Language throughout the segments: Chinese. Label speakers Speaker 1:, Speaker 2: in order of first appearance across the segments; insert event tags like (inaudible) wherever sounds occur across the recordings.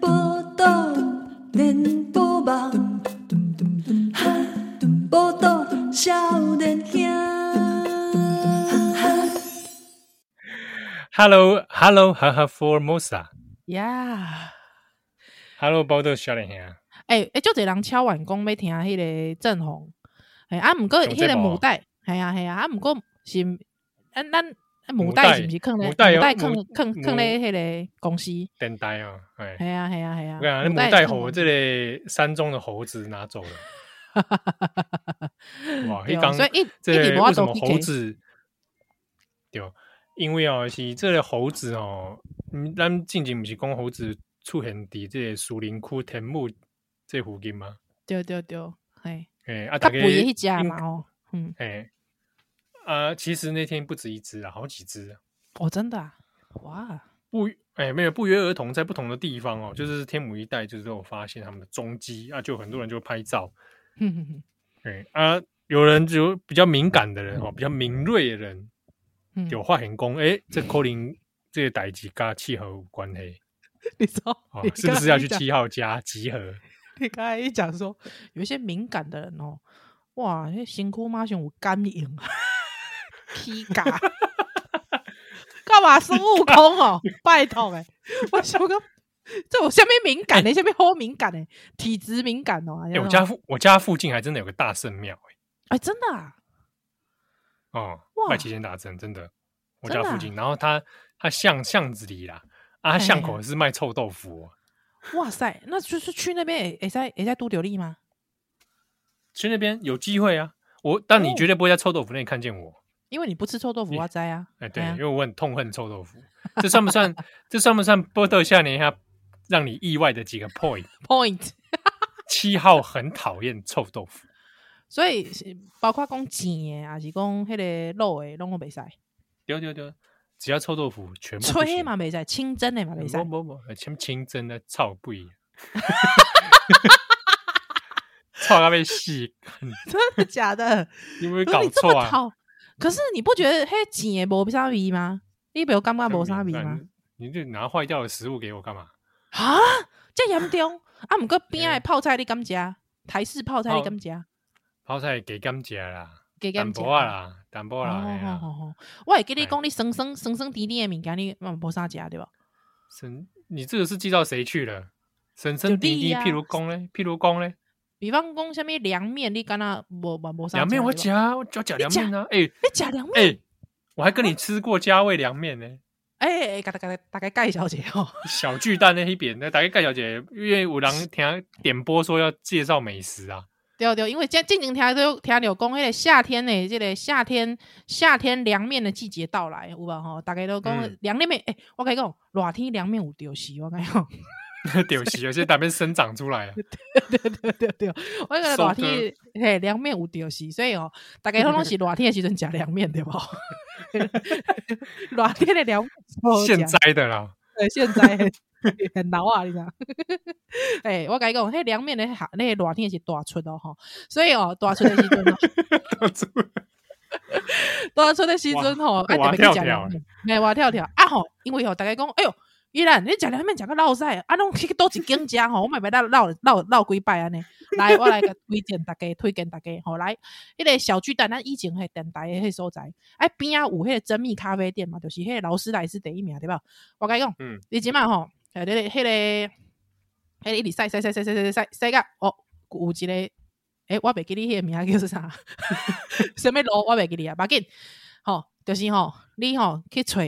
Speaker 1: 报道连波网，报道少年兄。
Speaker 2: Hello, Hello，哈哈，Formosa。
Speaker 3: 呀，
Speaker 2: Hello，包豆少年兄。
Speaker 3: 诶哎欸诶，就侪人敲完讲要听迄个正红，诶、啊，毋过
Speaker 2: 有这
Speaker 3: 迄个
Speaker 2: 无
Speaker 3: 母带，系啊系啊，啊，毋过是毋，咱咱
Speaker 2: 母
Speaker 3: 母
Speaker 2: 带
Speaker 3: 带是毋是囥咧？
Speaker 2: 母
Speaker 3: 母
Speaker 2: 带有哦
Speaker 3: 带囥
Speaker 2: 母
Speaker 3: 囥
Speaker 2: 母
Speaker 3: 囥咧迄个公司，系
Speaker 2: 等待哦，哎，
Speaker 3: 啊系啊系啊。
Speaker 2: 我跟你讲，那母带猴这类山中的猴子拿
Speaker 3: (laughs)
Speaker 2: 走了，哇，
Speaker 3: 对
Speaker 2: 一
Speaker 3: 啊
Speaker 2: 当
Speaker 3: 所以一
Speaker 2: 这
Speaker 3: 一直
Speaker 2: 个
Speaker 3: 无法
Speaker 2: 为什
Speaker 3: 度
Speaker 2: 么
Speaker 3: PK
Speaker 2: 猴子？对，因为哦是这个猴子哦，嗯，咱近前不是讲猴子出现伫这个树林区田木这附近吗？
Speaker 3: 对对对，嘿，
Speaker 2: 哎，啊，
Speaker 3: 较
Speaker 2: 大概
Speaker 3: 肥迄只嘛吼，嗯，
Speaker 2: 哎，啊，其实那天不止一只啊，好几只啊。
Speaker 3: 哦，真的啊，哇，
Speaker 2: 不约，哎，没有不约而同，在不同的地方哦，
Speaker 3: 嗯
Speaker 2: 就是天母一带，就是都有发现他们的踪迹啊，就很多人就拍照，
Speaker 3: 哼哼哼
Speaker 2: 对啊，有人就比较敏感的人哦，比较敏锐的人
Speaker 3: 嗯
Speaker 2: 有发现讲，哎、这柯林这个代志跟气候有关系
Speaker 3: (laughs) 你知道
Speaker 2: 哦
Speaker 3: (laughs) 你，
Speaker 2: 是不
Speaker 3: 刚
Speaker 2: 是要
Speaker 3: 才
Speaker 2: 去
Speaker 3: 讲
Speaker 2: 七号家集合？
Speaker 3: 你刚才一讲说，有一些敏感的人哦，哇，那辛苦妈熊有啊干瘾，劈嘎，干嘛孙悟空哦？拜托哎、我想讲，这有下面敏感的，下面好敏感的，体质敏感哦。哎
Speaker 2: 哎、我家附我家附近还真的有个大圣庙、
Speaker 3: 哎，真的啊，
Speaker 2: 哎，哦，
Speaker 3: 哇
Speaker 2: 拜齐天大圣，真的，我
Speaker 3: 真
Speaker 2: 家
Speaker 3: 的
Speaker 2: 附
Speaker 3: 啊哎
Speaker 2: 近，然后它它巷巷子里啦，啊，它
Speaker 3: 嘿
Speaker 2: 巷
Speaker 3: 嘿
Speaker 2: 口
Speaker 3: 嘿
Speaker 2: 是卖臭豆腐、哦。
Speaker 3: 哇塞，那就是去那边也也在也在都流利吗？
Speaker 2: 去那边有机会啊。我，但你
Speaker 3: 哦
Speaker 2: 绝对不会在臭豆腐那里看见我。
Speaker 3: 因为你不吃臭豆腐
Speaker 2: 你
Speaker 3: 哇塞啊，
Speaker 2: 哎、对，
Speaker 3: 啊
Speaker 2: 因为我很痛恨臭豆腐。这算不算？这算不算波特夏年下让你意外的几个 point？ (laughs)
Speaker 3: point，
Speaker 2: 七号很讨厌臭豆腐，
Speaker 3: 所以是包括讲钱的，还是讲迄个肉的，拢我袂使，
Speaker 2: 丢丢丢，只要臭豆腐全部不
Speaker 3: 吹
Speaker 2: 行
Speaker 3: 嘛，袂使，清蒸的嘛
Speaker 2: 嗯
Speaker 3: 袂使
Speaker 2: 不。不不，前清真的臭不一样，臭到被洗，
Speaker 3: 真的 (laughs) 假的？
Speaker 2: 你有没有
Speaker 3: 可
Speaker 2: 搞
Speaker 3: 是你这
Speaker 2: 错
Speaker 3: 么
Speaker 2: 啊？
Speaker 3: 讨，可是你不觉得黑钱也无啥味吗？你不有感觉无啥味吗？？
Speaker 2: 啊你就拿坏掉的食物给我干嘛？
Speaker 3: 啊，这严重啊！毋过边仔的泡菜你敢食？台式泡菜你敢食？
Speaker 2: 泡菜给甘蔗啦，
Speaker 3: 加
Speaker 2: 哦淡
Speaker 3: 减食。
Speaker 2: 薄啊啦，淡薄啦，哎
Speaker 3: 哦
Speaker 2: 呀
Speaker 3: 吼吼吼！我会记你
Speaker 2: 哎
Speaker 3: 讲你酸酸酸酸甜甜的物件，你嘛无啥食对吧？
Speaker 2: 神，你这个是寄到谁去了？神神
Speaker 3: 就啊
Speaker 2: 滴
Speaker 3: 你
Speaker 2: 滴，
Speaker 3: 呀
Speaker 2: 譬如公嘞，譬如公嘞，
Speaker 3: 比方讲啥物凉面，你敢若无嘛无啥？
Speaker 2: 凉面我吃，
Speaker 3: 对吧，嗯
Speaker 2: 啊，我就要讲凉面啊！哎
Speaker 3: 你食凉面，
Speaker 2: 哎，我还跟你吃过加味凉面呢，
Speaker 3: 哎哎，大概大概大概介绍一下哦吼。
Speaker 2: 小巨蛋那一边那大概盖小姐，因为五郎听点播说要介绍美食啊， (laughs)
Speaker 3: 对对，因为今进前听都听到讲，迄个夏天的这个夏天夏天凉面的季节到来，有吧吼？大家都
Speaker 2: 嗯
Speaker 3: 讲凉面，诶、我跟你讲，热天凉面有丢死，我跟你讲， (laughs)
Speaker 2: 丢席有些那边生长出来了，
Speaker 3: 对对对对，我跟你
Speaker 2: 收
Speaker 3: 讲热天嘿凉面有丢死，所以哦，大家都拢是热天的时阵食凉面对吧？ (laughs) 热天的凉面超好吃
Speaker 2: 现摘的啦，
Speaker 3: 对，现在很很老啊，你 (laughs) 讲。哎、我甲你讲，迄凉面的哈，那个热天是大出哦吼，所以哦，大出的时阵哦。 (laughs) 大出的时阵吼，啊，
Speaker 2: 哇
Speaker 3: 特别
Speaker 2: 跳
Speaker 3: 去
Speaker 2: 欸
Speaker 3: 食
Speaker 2: 跳
Speaker 3: 凉面，哎，我跳跳啊吼，因为吼，大家讲，哎哟，依然你食凉面食个落屎，啊，拢去倒一间食吼，我咪咪咱绕绕绕几摆安尼。 (laughs) 来，我来甲推荐大家，推荐大家吼，来，迄个小巨蛋，咱以前迄电台的迄所在，哎边啊有迄个珍蜜咖啡店嘛，就是迄个劳斯莱斯第一名对吧？我甲你讲
Speaker 2: 嗯，
Speaker 3: 你即嘛吼，哎，你咧迄个，迄个一直晒晒晒晒晒晒晒晒甲哦，有一个。诶、我袂记你迄个名叫做啥， (laughs) 什物路我袂记你啊，别紧，吼、就是吼、你吼、去找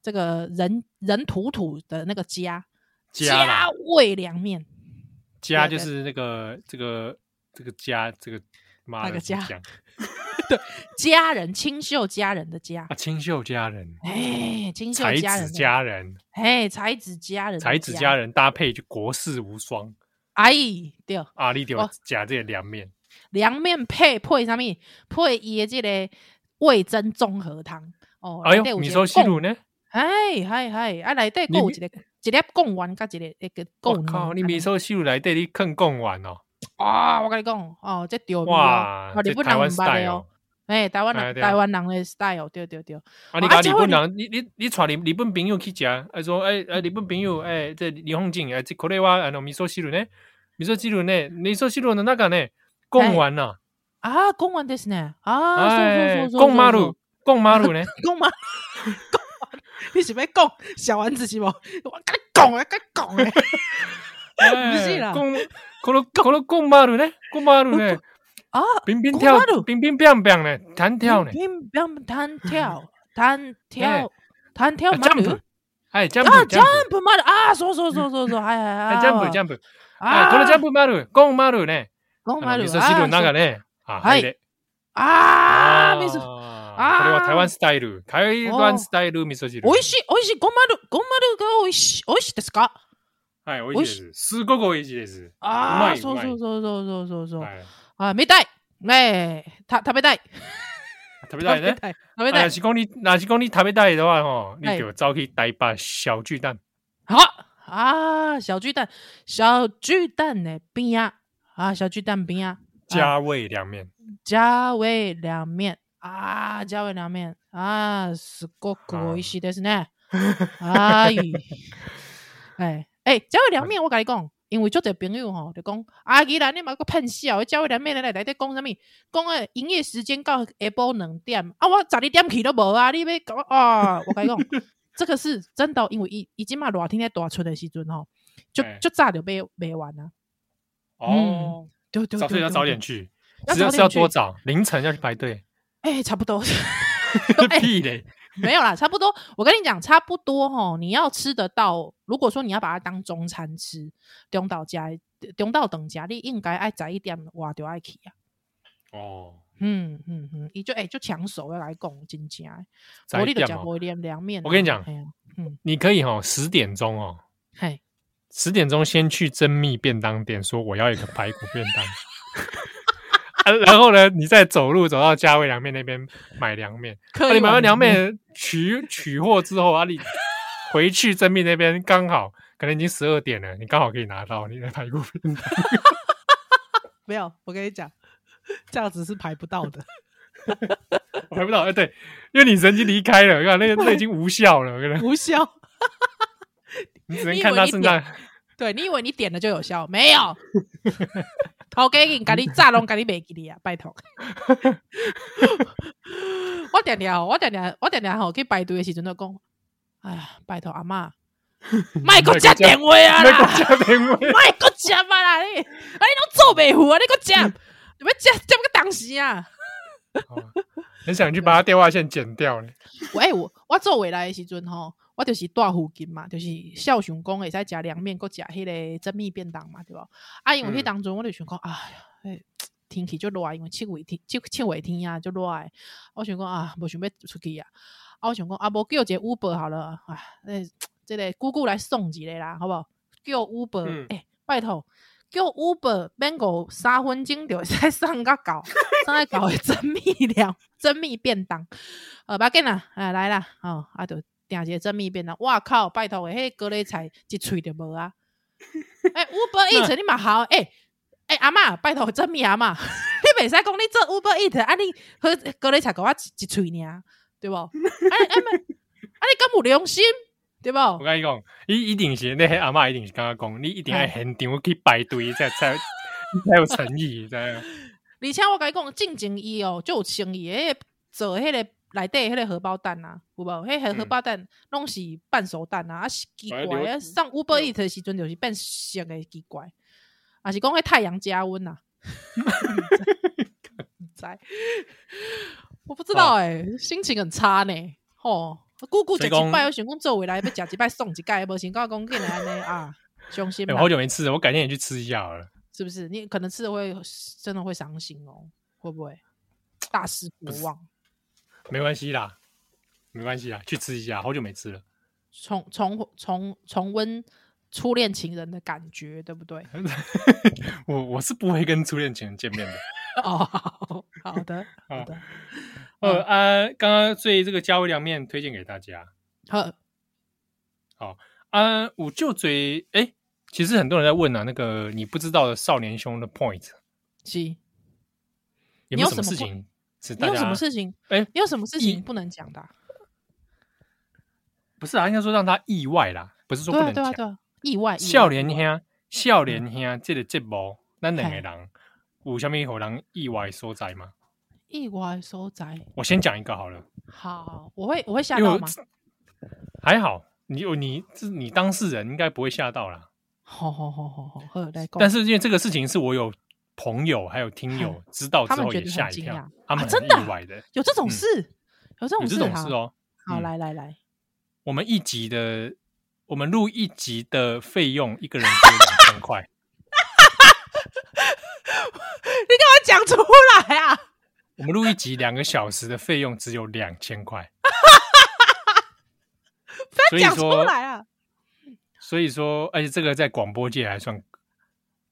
Speaker 3: 这个人人土土的那个家
Speaker 2: 加啦
Speaker 3: 味凉面，
Speaker 2: 加就是那个这个这个加这个妈
Speaker 3: 那
Speaker 2: 的
Speaker 3: 个
Speaker 2: 怎么
Speaker 3: 家
Speaker 2: 讲
Speaker 3: 家人清秀家人的家
Speaker 2: 啊，，清秀佳人，
Speaker 3: 哎、清秀
Speaker 2: 才
Speaker 3: 家
Speaker 2: 子
Speaker 3: 人，
Speaker 2: 佳人，
Speaker 3: 哎，才子佳人，
Speaker 2: 才子佳，人搭配就国士无双。
Speaker 3: 哎，对，
Speaker 2: 啊，你就
Speaker 3: 哦
Speaker 2: 夹这个凉面，
Speaker 3: 凉面配配啥物？配伊的即个味增综合汤。哦，
Speaker 2: 哎
Speaker 3: 内底
Speaker 2: 呦，
Speaker 3: 有
Speaker 2: 你
Speaker 3: 一个
Speaker 2: 说西
Speaker 3: 贡
Speaker 2: 鲁呢？
Speaker 3: 哎嗨嗨，啊内底
Speaker 2: 你
Speaker 3: 佫有
Speaker 2: 咪
Speaker 3: 一个一粒贡丸甲一个一个
Speaker 2: 我
Speaker 3: 贡
Speaker 2: 靠，
Speaker 3: 丸
Speaker 2: 你
Speaker 3: 安
Speaker 2: 米
Speaker 3: 尼
Speaker 2: 说西鲁来对你坑贡丸哦，
Speaker 3: 啊，我跟你讲，哦，这丢
Speaker 2: 哇
Speaker 3: 哦，，日
Speaker 2: 这
Speaker 3: 本
Speaker 2: 台
Speaker 3: 人
Speaker 2: 湾
Speaker 3: 唔捌
Speaker 2: style 哦
Speaker 3: 的哦，。哎，台湾
Speaker 2: 哎
Speaker 3: 人
Speaker 2: 对啊
Speaker 3: 台湾人的 style，对对对，
Speaker 2: 啊，你
Speaker 3: 啊
Speaker 2: 甲
Speaker 3: 这
Speaker 2: 日
Speaker 3: 会
Speaker 2: 本人，你你你带日日本朋友去食，啊说，哎哎，日本朋友，哎，这日本人，哎，这これはあの味噌汁ね、味噌汁ね、味噌汁の中ね、
Speaker 3: は
Speaker 2: 贡
Speaker 3: い
Speaker 2: 丸呐，
Speaker 3: 啊，公丸ですね，
Speaker 2: 아，
Speaker 3: 啊，
Speaker 2: 哎
Speaker 3: そうそうそう，そう
Speaker 2: 贡马
Speaker 3: (laughs) そう
Speaker 2: 路，贡马路呢，
Speaker 3: 讲 (laughs) 嘛， (laughs) 你是要讲小丸子是无？我跟你讲啊，跟你讲诶，
Speaker 2: 哎
Speaker 3: 是啦
Speaker 2: 贡このこの贡马路呢，贡马路呢，
Speaker 3: 啊， (laughs)
Speaker 2: 乒乒
Speaker 3: 贡
Speaker 2: 跳
Speaker 3: 丸，
Speaker 2: 乒乒乓乓呢，弹跳呢，
Speaker 3: 乒乓弹跳，弹
Speaker 2: 哎
Speaker 3: 跳，弹跳
Speaker 2: 啊
Speaker 3: 嘛，
Speaker 2: ，jump，哎，jump
Speaker 3: 啊
Speaker 2: jump，
Speaker 3: ，jump 嘛，啊，そうそうそうそうそう，はいはい
Speaker 2: 哎
Speaker 3: はい
Speaker 2: ，jump jump，
Speaker 3: 啊
Speaker 2: 哎，この jump 马路，贡马路呢，
Speaker 3: 讲
Speaker 2: あ
Speaker 3: 嘛，
Speaker 2: の味噌汁の中
Speaker 3: ね，
Speaker 2: ね、あ、
Speaker 3: はい
Speaker 2: 入れ
Speaker 3: 啊，味噌。
Speaker 2: あーこれは台湾スタイル。台湾スタイル味噌汁。
Speaker 3: 美味しい、美味しい、ごまる、ごまるが美味しい、美味しいですか
Speaker 2: はい、美味しいです。すごく美味しいです。
Speaker 3: ああ、
Speaker 2: う
Speaker 3: そ
Speaker 2: ま
Speaker 3: う
Speaker 2: い
Speaker 3: そうそうそうそうそうそう、
Speaker 2: はい
Speaker 3: あ、見たいねえ、た、食べたい
Speaker 2: 食べ
Speaker 3: 食
Speaker 2: たい
Speaker 3: べ
Speaker 2: ね。
Speaker 3: たい食べた
Speaker 2: ラ
Speaker 3: い
Speaker 2: ジコンに、ラジコンに食べたいのは、もう、
Speaker 3: はい
Speaker 2: 你给我招去台北小巨蛋。
Speaker 3: 好啊，小巨蛋，小巨蛋的边啊，啊，小巨蛋边啊，
Speaker 2: 加味凉面。
Speaker 3: 加味凉面啊，加味凉面啊，すごく美味しいです
Speaker 2: (laughs)
Speaker 3: ね。哎，哎哎，加味凉面我跟你讲，因为做者朋友吼，就讲啊，既然你嘛个喷笑，加味凉面来来底讲什么？讲诶，营业时间到下晡两点啊，我十二点去都无啊，你要搞啊？我跟
Speaker 2: (laughs)
Speaker 3: 你讲，这个是真的，因为伊伊即嘛热天咧大出的时阵吼，就
Speaker 2: 哎
Speaker 3: 就早就卖卖完啊。
Speaker 2: 哦，
Speaker 3: 对对
Speaker 2: 早
Speaker 3: 对，
Speaker 2: 所以要
Speaker 3: 对
Speaker 2: 早
Speaker 3: 对
Speaker 2: 点去。
Speaker 3: 要
Speaker 2: 只要
Speaker 3: 早
Speaker 2: 是要
Speaker 3: 点去
Speaker 2: 多早，凌晨要去排队。
Speaker 3: 哎、差不多。
Speaker 2: (laughs)
Speaker 3: 哎、
Speaker 2: 屁嘞！
Speaker 3: 没有啦，差不多。我跟你讲，差不多吼，你要吃得到，如果说你要把它当中餐吃，中岛家、中岛等家，你应该爱早一点，哇，就爱去啊。
Speaker 2: 哦，
Speaker 3: 嗯嗯嗯，伊就哎、就抢手要来讲真正的，
Speaker 2: 早
Speaker 3: 无
Speaker 2: 一
Speaker 3: 你就
Speaker 2: 点
Speaker 3: 食
Speaker 2: 哦。
Speaker 3: 无凉凉面啊。
Speaker 2: 我跟你讲
Speaker 3: 嘿啊
Speaker 2: 你可以哦，十点钟哦，
Speaker 3: 嘿，
Speaker 2: 十点钟先去珍蜜便当店，说我要一个排骨便当。啊、然后呢，你再走路走到嘉味凉面那边买凉面。
Speaker 3: 可
Speaker 2: 啊、
Speaker 3: 以、
Speaker 2: 你买完凉，面取取货之后啊，你回去珍蜜那边刚好可能已经十二点了，你刚好可以拿到你的排骨便当。
Speaker 3: 没有，我跟你讲，这样子是排不到 (laughs) 的。
Speaker 2: 我还不到，哎、对，因为你人已经离开了，看那个那已经无效了，可能
Speaker 3: 无效。
Speaker 2: 你只能
Speaker 3: 你以
Speaker 2: 看
Speaker 3: 为
Speaker 2: 他
Speaker 3: 你
Speaker 2: 身
Speaker 3: 点
Speaker 2: 上。
Speaker 3: 对你以为你点了就有效？没有， (laughs) 头家已经给你炸拢给你袂记你啊！拜托， (laughs) 我点点，我点点，我点点吼去排队的时阵就讲，哎呀，拜托阿嬷，卖个接电话啊
Speaker 2: 那个
Speaker 3: 啦，
Speaker 2: 嘉宾味，
Speaker 3: 卖个接啊啦你，啊你拢做袂赴啊，你个接，你要接接个当时啊！
Speaker 2: 哦 (laughs) 很想去把他电话线剪掉了。
Speaker 3: 我哎、我我做未来的时阵吼，我就是住附近嘛，就是孝雄公会使食凉面，搁食迄个珍蜜便当嘛，对无？啊，因为
Speaker 2: 嗯
Speaker 3: 迄当中我就想讲，哎呀，哎天气就热，因为七月天，七七月天啊，就热的。我想讲啊，无想要出去啊，啊，我想讲啊，无叫一个 Uber 好了，啊，哎，这个姑姑来送一个啦，好不好？叫 Uber，哎、
Speaker 2: 嗯
Speaker 3: 拜托。叫 Uber 免五三分钟就会使送到到， (laughs) 送到到的珍蜜凉、珍蜜便当。呃，别紧啦，哎来啦，哦，啊就订一个珍蜜便当。哇靠，拜托诶，迄高丽菜一喙就无啊！哎，Uber Eat 你嘛好，哎哎阿嬷拜托珍蜜阿嬷 (laughs) 你袂使讲你做 Uber Eat，啊你喝高丽菜给我一一喙尔，对无？ (laughs) 啊啊啊你敢有良心，对
Speaker 2: 我
Speaker 3: 无？
Speaker 2: 跟你讲，伊一定是那些阿嬷一定是刚刚讲，你一定
Speaker 3: 嗯
Speaker 2: 要现场去排队才才你才有诚意，
Speaker 3: (laughs)
Speaker 2: 才有
Speaker 3: 而且我甲你讲，进前伊哦，就有穿伊迄个做迄个内底迄个荷包蛋啊，有无？迄个荷包蛋拢是半熟蛋啊，啊是奇怪
Speaker 2: 哎流
Speaker 3: 啊，上 Uber Eat 的时阵就是变熟诶，奇怪，啊是讲迄太阳加温
Speaker 2: (laughs)
Speaker 3: 啊。不知，我不知道诶、心情很差呢。吼，姑姑食
Speaker 2: 哦所以讲
Speaker 3: 一摆，我想讲做回来要食一摆送一摆，无想到讲竟然安尼啊，伤心
Speaker 2: 哎我
Speaker 3: 啦
Speaker 2: 好久没吃了，我改天也去吃一下好了。
Speaker 3: 是不是？你可能吃了会真的会伤心哦，会不会大失所望？
Speaker 2: 没关系啦，没关系啦，去吃一下，好久没吃了。 (laughs)
Speaker 3: 重重重重温初恋情人的感觉，对不对？ (laughs)
Speaker 2: 我我是不会跟初恋情人见面
Speaker 3: (laughs)
Speaker 2: 的。
Speaker 3: 哦，好好的，
Speaker 2: (laughs) 啊
Speaker 3: 好的，哦
Speaker 2: 呃啊，刚刚所以这个加味凉面推荐给大家
Speaker 3: 好，
Speaker 2: 啊，我就嘴哎，其实很多人在问啊，那个你不知道的少年兄的 point
Speaker 3: 是你
Speaker 2: 有
Speaker 3: 你
Speaker 2: 没
Speaker 3: 有
Speaker 2: 什么
Speaker 3: 什么
Speaker 2: 事
Speaker 3: point？
Speaker 2: 情是大
Speaker 3: 有
Speaker 2: 家
Speaker 3: 什么事情？
Speaker 2: 哎
Speaker 3: 你有什么事
Speaker 2: 一
Speaker 3: 情不能讲的啊？
Speaker 2: 不是啊，应该说让他意外啦，不是说
Speaker 3: 对
Speaker 2: 不
Speaker 3: 啊，
Speaker 2: 能
Speaker 3: 对
Speaker 2: 讲
Speaker 3: 啊，。对啊，意外，意外
Speaker 2: 少年，兄，少年兄，这个节目，咱两个
Speaker 3: 嘿
Speaker 2: 人有啥物互人意外所在吗？
Speaker 3: 意外收窄。
Speaker 2: 我先讲一个好了，
Speaker 3: 好，我会我会吓
Speaker 2: 因为
Speaker 3: 到
Speaker 2: 我
Speaker 3: 吗？
Speaker 2: 还好，你有你这你当事人应该不会吓到啦。
Speaker 3: 好好好好好，好来讲。
Speaker 2: 但
Speaker 3: 是
Speaker 2: 是因为这个事情是我有朋友还有听友知道之
Speaker 3: 他们
Speaker 2: 后
Speaker 3: 觉
Speaker 2: 也
Speaker 3: 得
Speaker 2: 吓
Speaker 3: 很
Speaker 2: 一
Speaker 3: 惊
Speaker 2: 跳
Speaker 3: 讶，
Speaker 2: 他们很
Speaker 3: 啊真的啊
Speaker 2: 意外的，
Speaker 3: 有这种
Speaker 2: 嗯
Speaker 3: 事，有这
Speaker 2: 有
Speaker 3: 种
Speaker 2: 这
Speaker 3: 事啊
Speaker 2: 种
Speaker 3: 哈
Speaker 2: 事。哦。
Speaker 3: 好，
Speaker 2: 嗯
Speaker 3: 来来 (laughs) 来，
Speaker 2: 我们一集的，我们录一集的费用，一个人只有两千块。
Speaker 3: 他讲出来啊！
Speaker 2: 我们录一集两个小时的费用只有两千
Speaker 3: (laughs)
Speaker 2: 块，所以
Speaker 3: 讲出
Speaker 2: 说，
Speaker 3: 来啊！
Speaker 2: 所以说，而且这个在广播界还算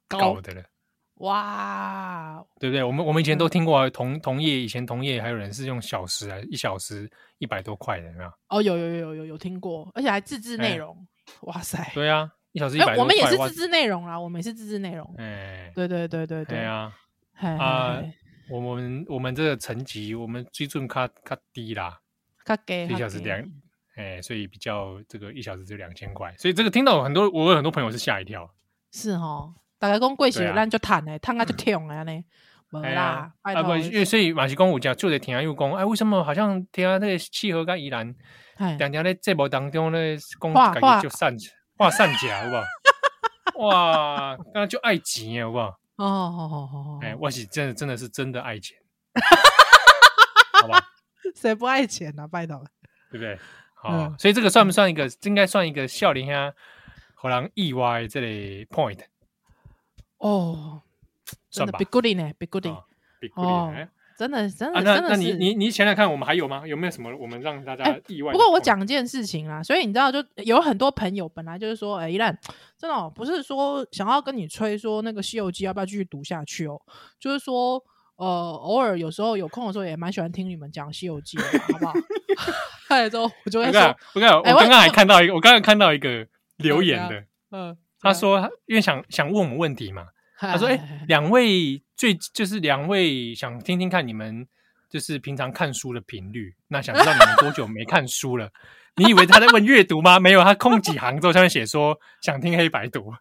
Speaker 2: 高的了，
Speaker 3: 哇，
Speaker 2: 对不对？我们我们以前
Speaker 3: 嗯
Speaker 2: 都听过啊同同业，以前同业还有人是用小时啊，一小时一百多块的，有没有？
Speaker 3: 哦，有有有有有有听过，而且还自制内
Speaker 2: 哎
Speaker 3: 容。哇塞！
Speaker 2: 对啊，一小时一
Speaker 3: 哎、
Speaker 2: 百多块，
Speaker 3: 我们也是
Speaker 2: 哇
Speaker 3: 自制内容啦，我们也是自制内容。
Speaker 2: 哎，
Speaker 3: 对对对对
Speaker 2: 对啊。
Speaker 3: 嘿嘿
Speaker 2: 啊
Speaker 3: 嘿
Speaker 2: 我我们我们这个层级，我们水准卡卡低啦，
Speaker 3: 较给
Speaker 2: 一
Speaker 3: 较
Speaker 2: 小时
Speaker 3: 给
Speaker 2: 两哎、所以比较这个一小时就两千块，所以这个听到很多，我有很多朋友是吓一跳，
Speaker 3: 是哦，大家讲贵是
Speaker 2: 对啊嗯
Speaker 3: 咱就趁诶，趁啊就痛啊呢，无
Speaker 2: 哎
Speaker 3: 啦，拜
Speaker 2: 啊不，
Speaker 3: 托，
Speaker 2: 因为所以马西公有讲，就得听又讲，哎，为什么好像听那个契合跟宜兰，
Speaker 3: 哎，
Speaker 2: 两天在节目当中呢，讲
Speaker 3: 话
Speaker 2: 感
Speaker 3: 话
Speaker 2: 觉就散话散假，好不好？哇，那就爱钱耶，好不好？
Speaker 3: 哦哦哦哦，
Speaker 2: 哎、
Speaker 3: 哦
Speaker 2: 我是真的真的是真的爱
Speaker 3: (laughs)
Speaker 2: 钱，好吧？
Speaker 3: 谁不爱钱啊？拜托，
Speaker 2: 对不对？好、
Speaker 3: 嗯
Speaker 2: 所以这个算不算一个？应该算一个笑脸呀，荷兰意外这类 point
Speaker 3: 哦，真
Speaker 2: 算
Speaker 3: 的
Speaker 2: 吧
Speaker 3: 比？good 呢，比 good，
Speaker 2: 啊比鼓励
Speaker 3: 哦
Speaker 2: 哎
Speaker 3: 真的真
Speaker 2: 啊，
Speaker 3: 的
Speaker 2: 那
Speaker 3: 真
Speaker 2: 那
Speaker 3: 的
Speaker 2: 你
Speaker 3: 是。
Speaker 2: 你你想想看，我们还有吗？有没有什么我们让大家
Speaker 3: 哎
Speaker 2: 意外的 point？
Speaker 3: 不过我讲一件事情啦，所以你知道，就有很多朋友本来就是说，哎、依然真的、哦、不是说想要跟你吹说那个《西游记》要不要继续读下去哦，就是说，呃，偶尔有时候有空的时候也蛮喜欢听你们讲《西游记》的，好 (laughs) 不好？嗨，之后我就
Speaker 2: 我
Speaker 3: 会
Speaker 2: 跟你，讲，
Speaker 3: 说
Speaker 2: 我跟你讲我
Speaker 3: 哎我
Speaker 2: 刚刚还看到一个，我刚刚看到一个留言的，
Speaker 3: 嗯、
Speaker 2: 他说他因为想想问我们问题嘛，
Speaker 3: 嗨，
Speaker 2: 他说
Speaker 3: 嗨
Speaker 2: 哎、
Speaker 3: (laughs)
Speaker 2: 两位最就是两位想听听看你们就是平常看书的频率，那想知道你们多久没看书
Speaker 3: (laughs)
Speaker 2: 了？你以为他在问阅读吗？没有，他空几行之后下面写说想听黑白
Speaker 3: (laughs)
Speaker 2: 读。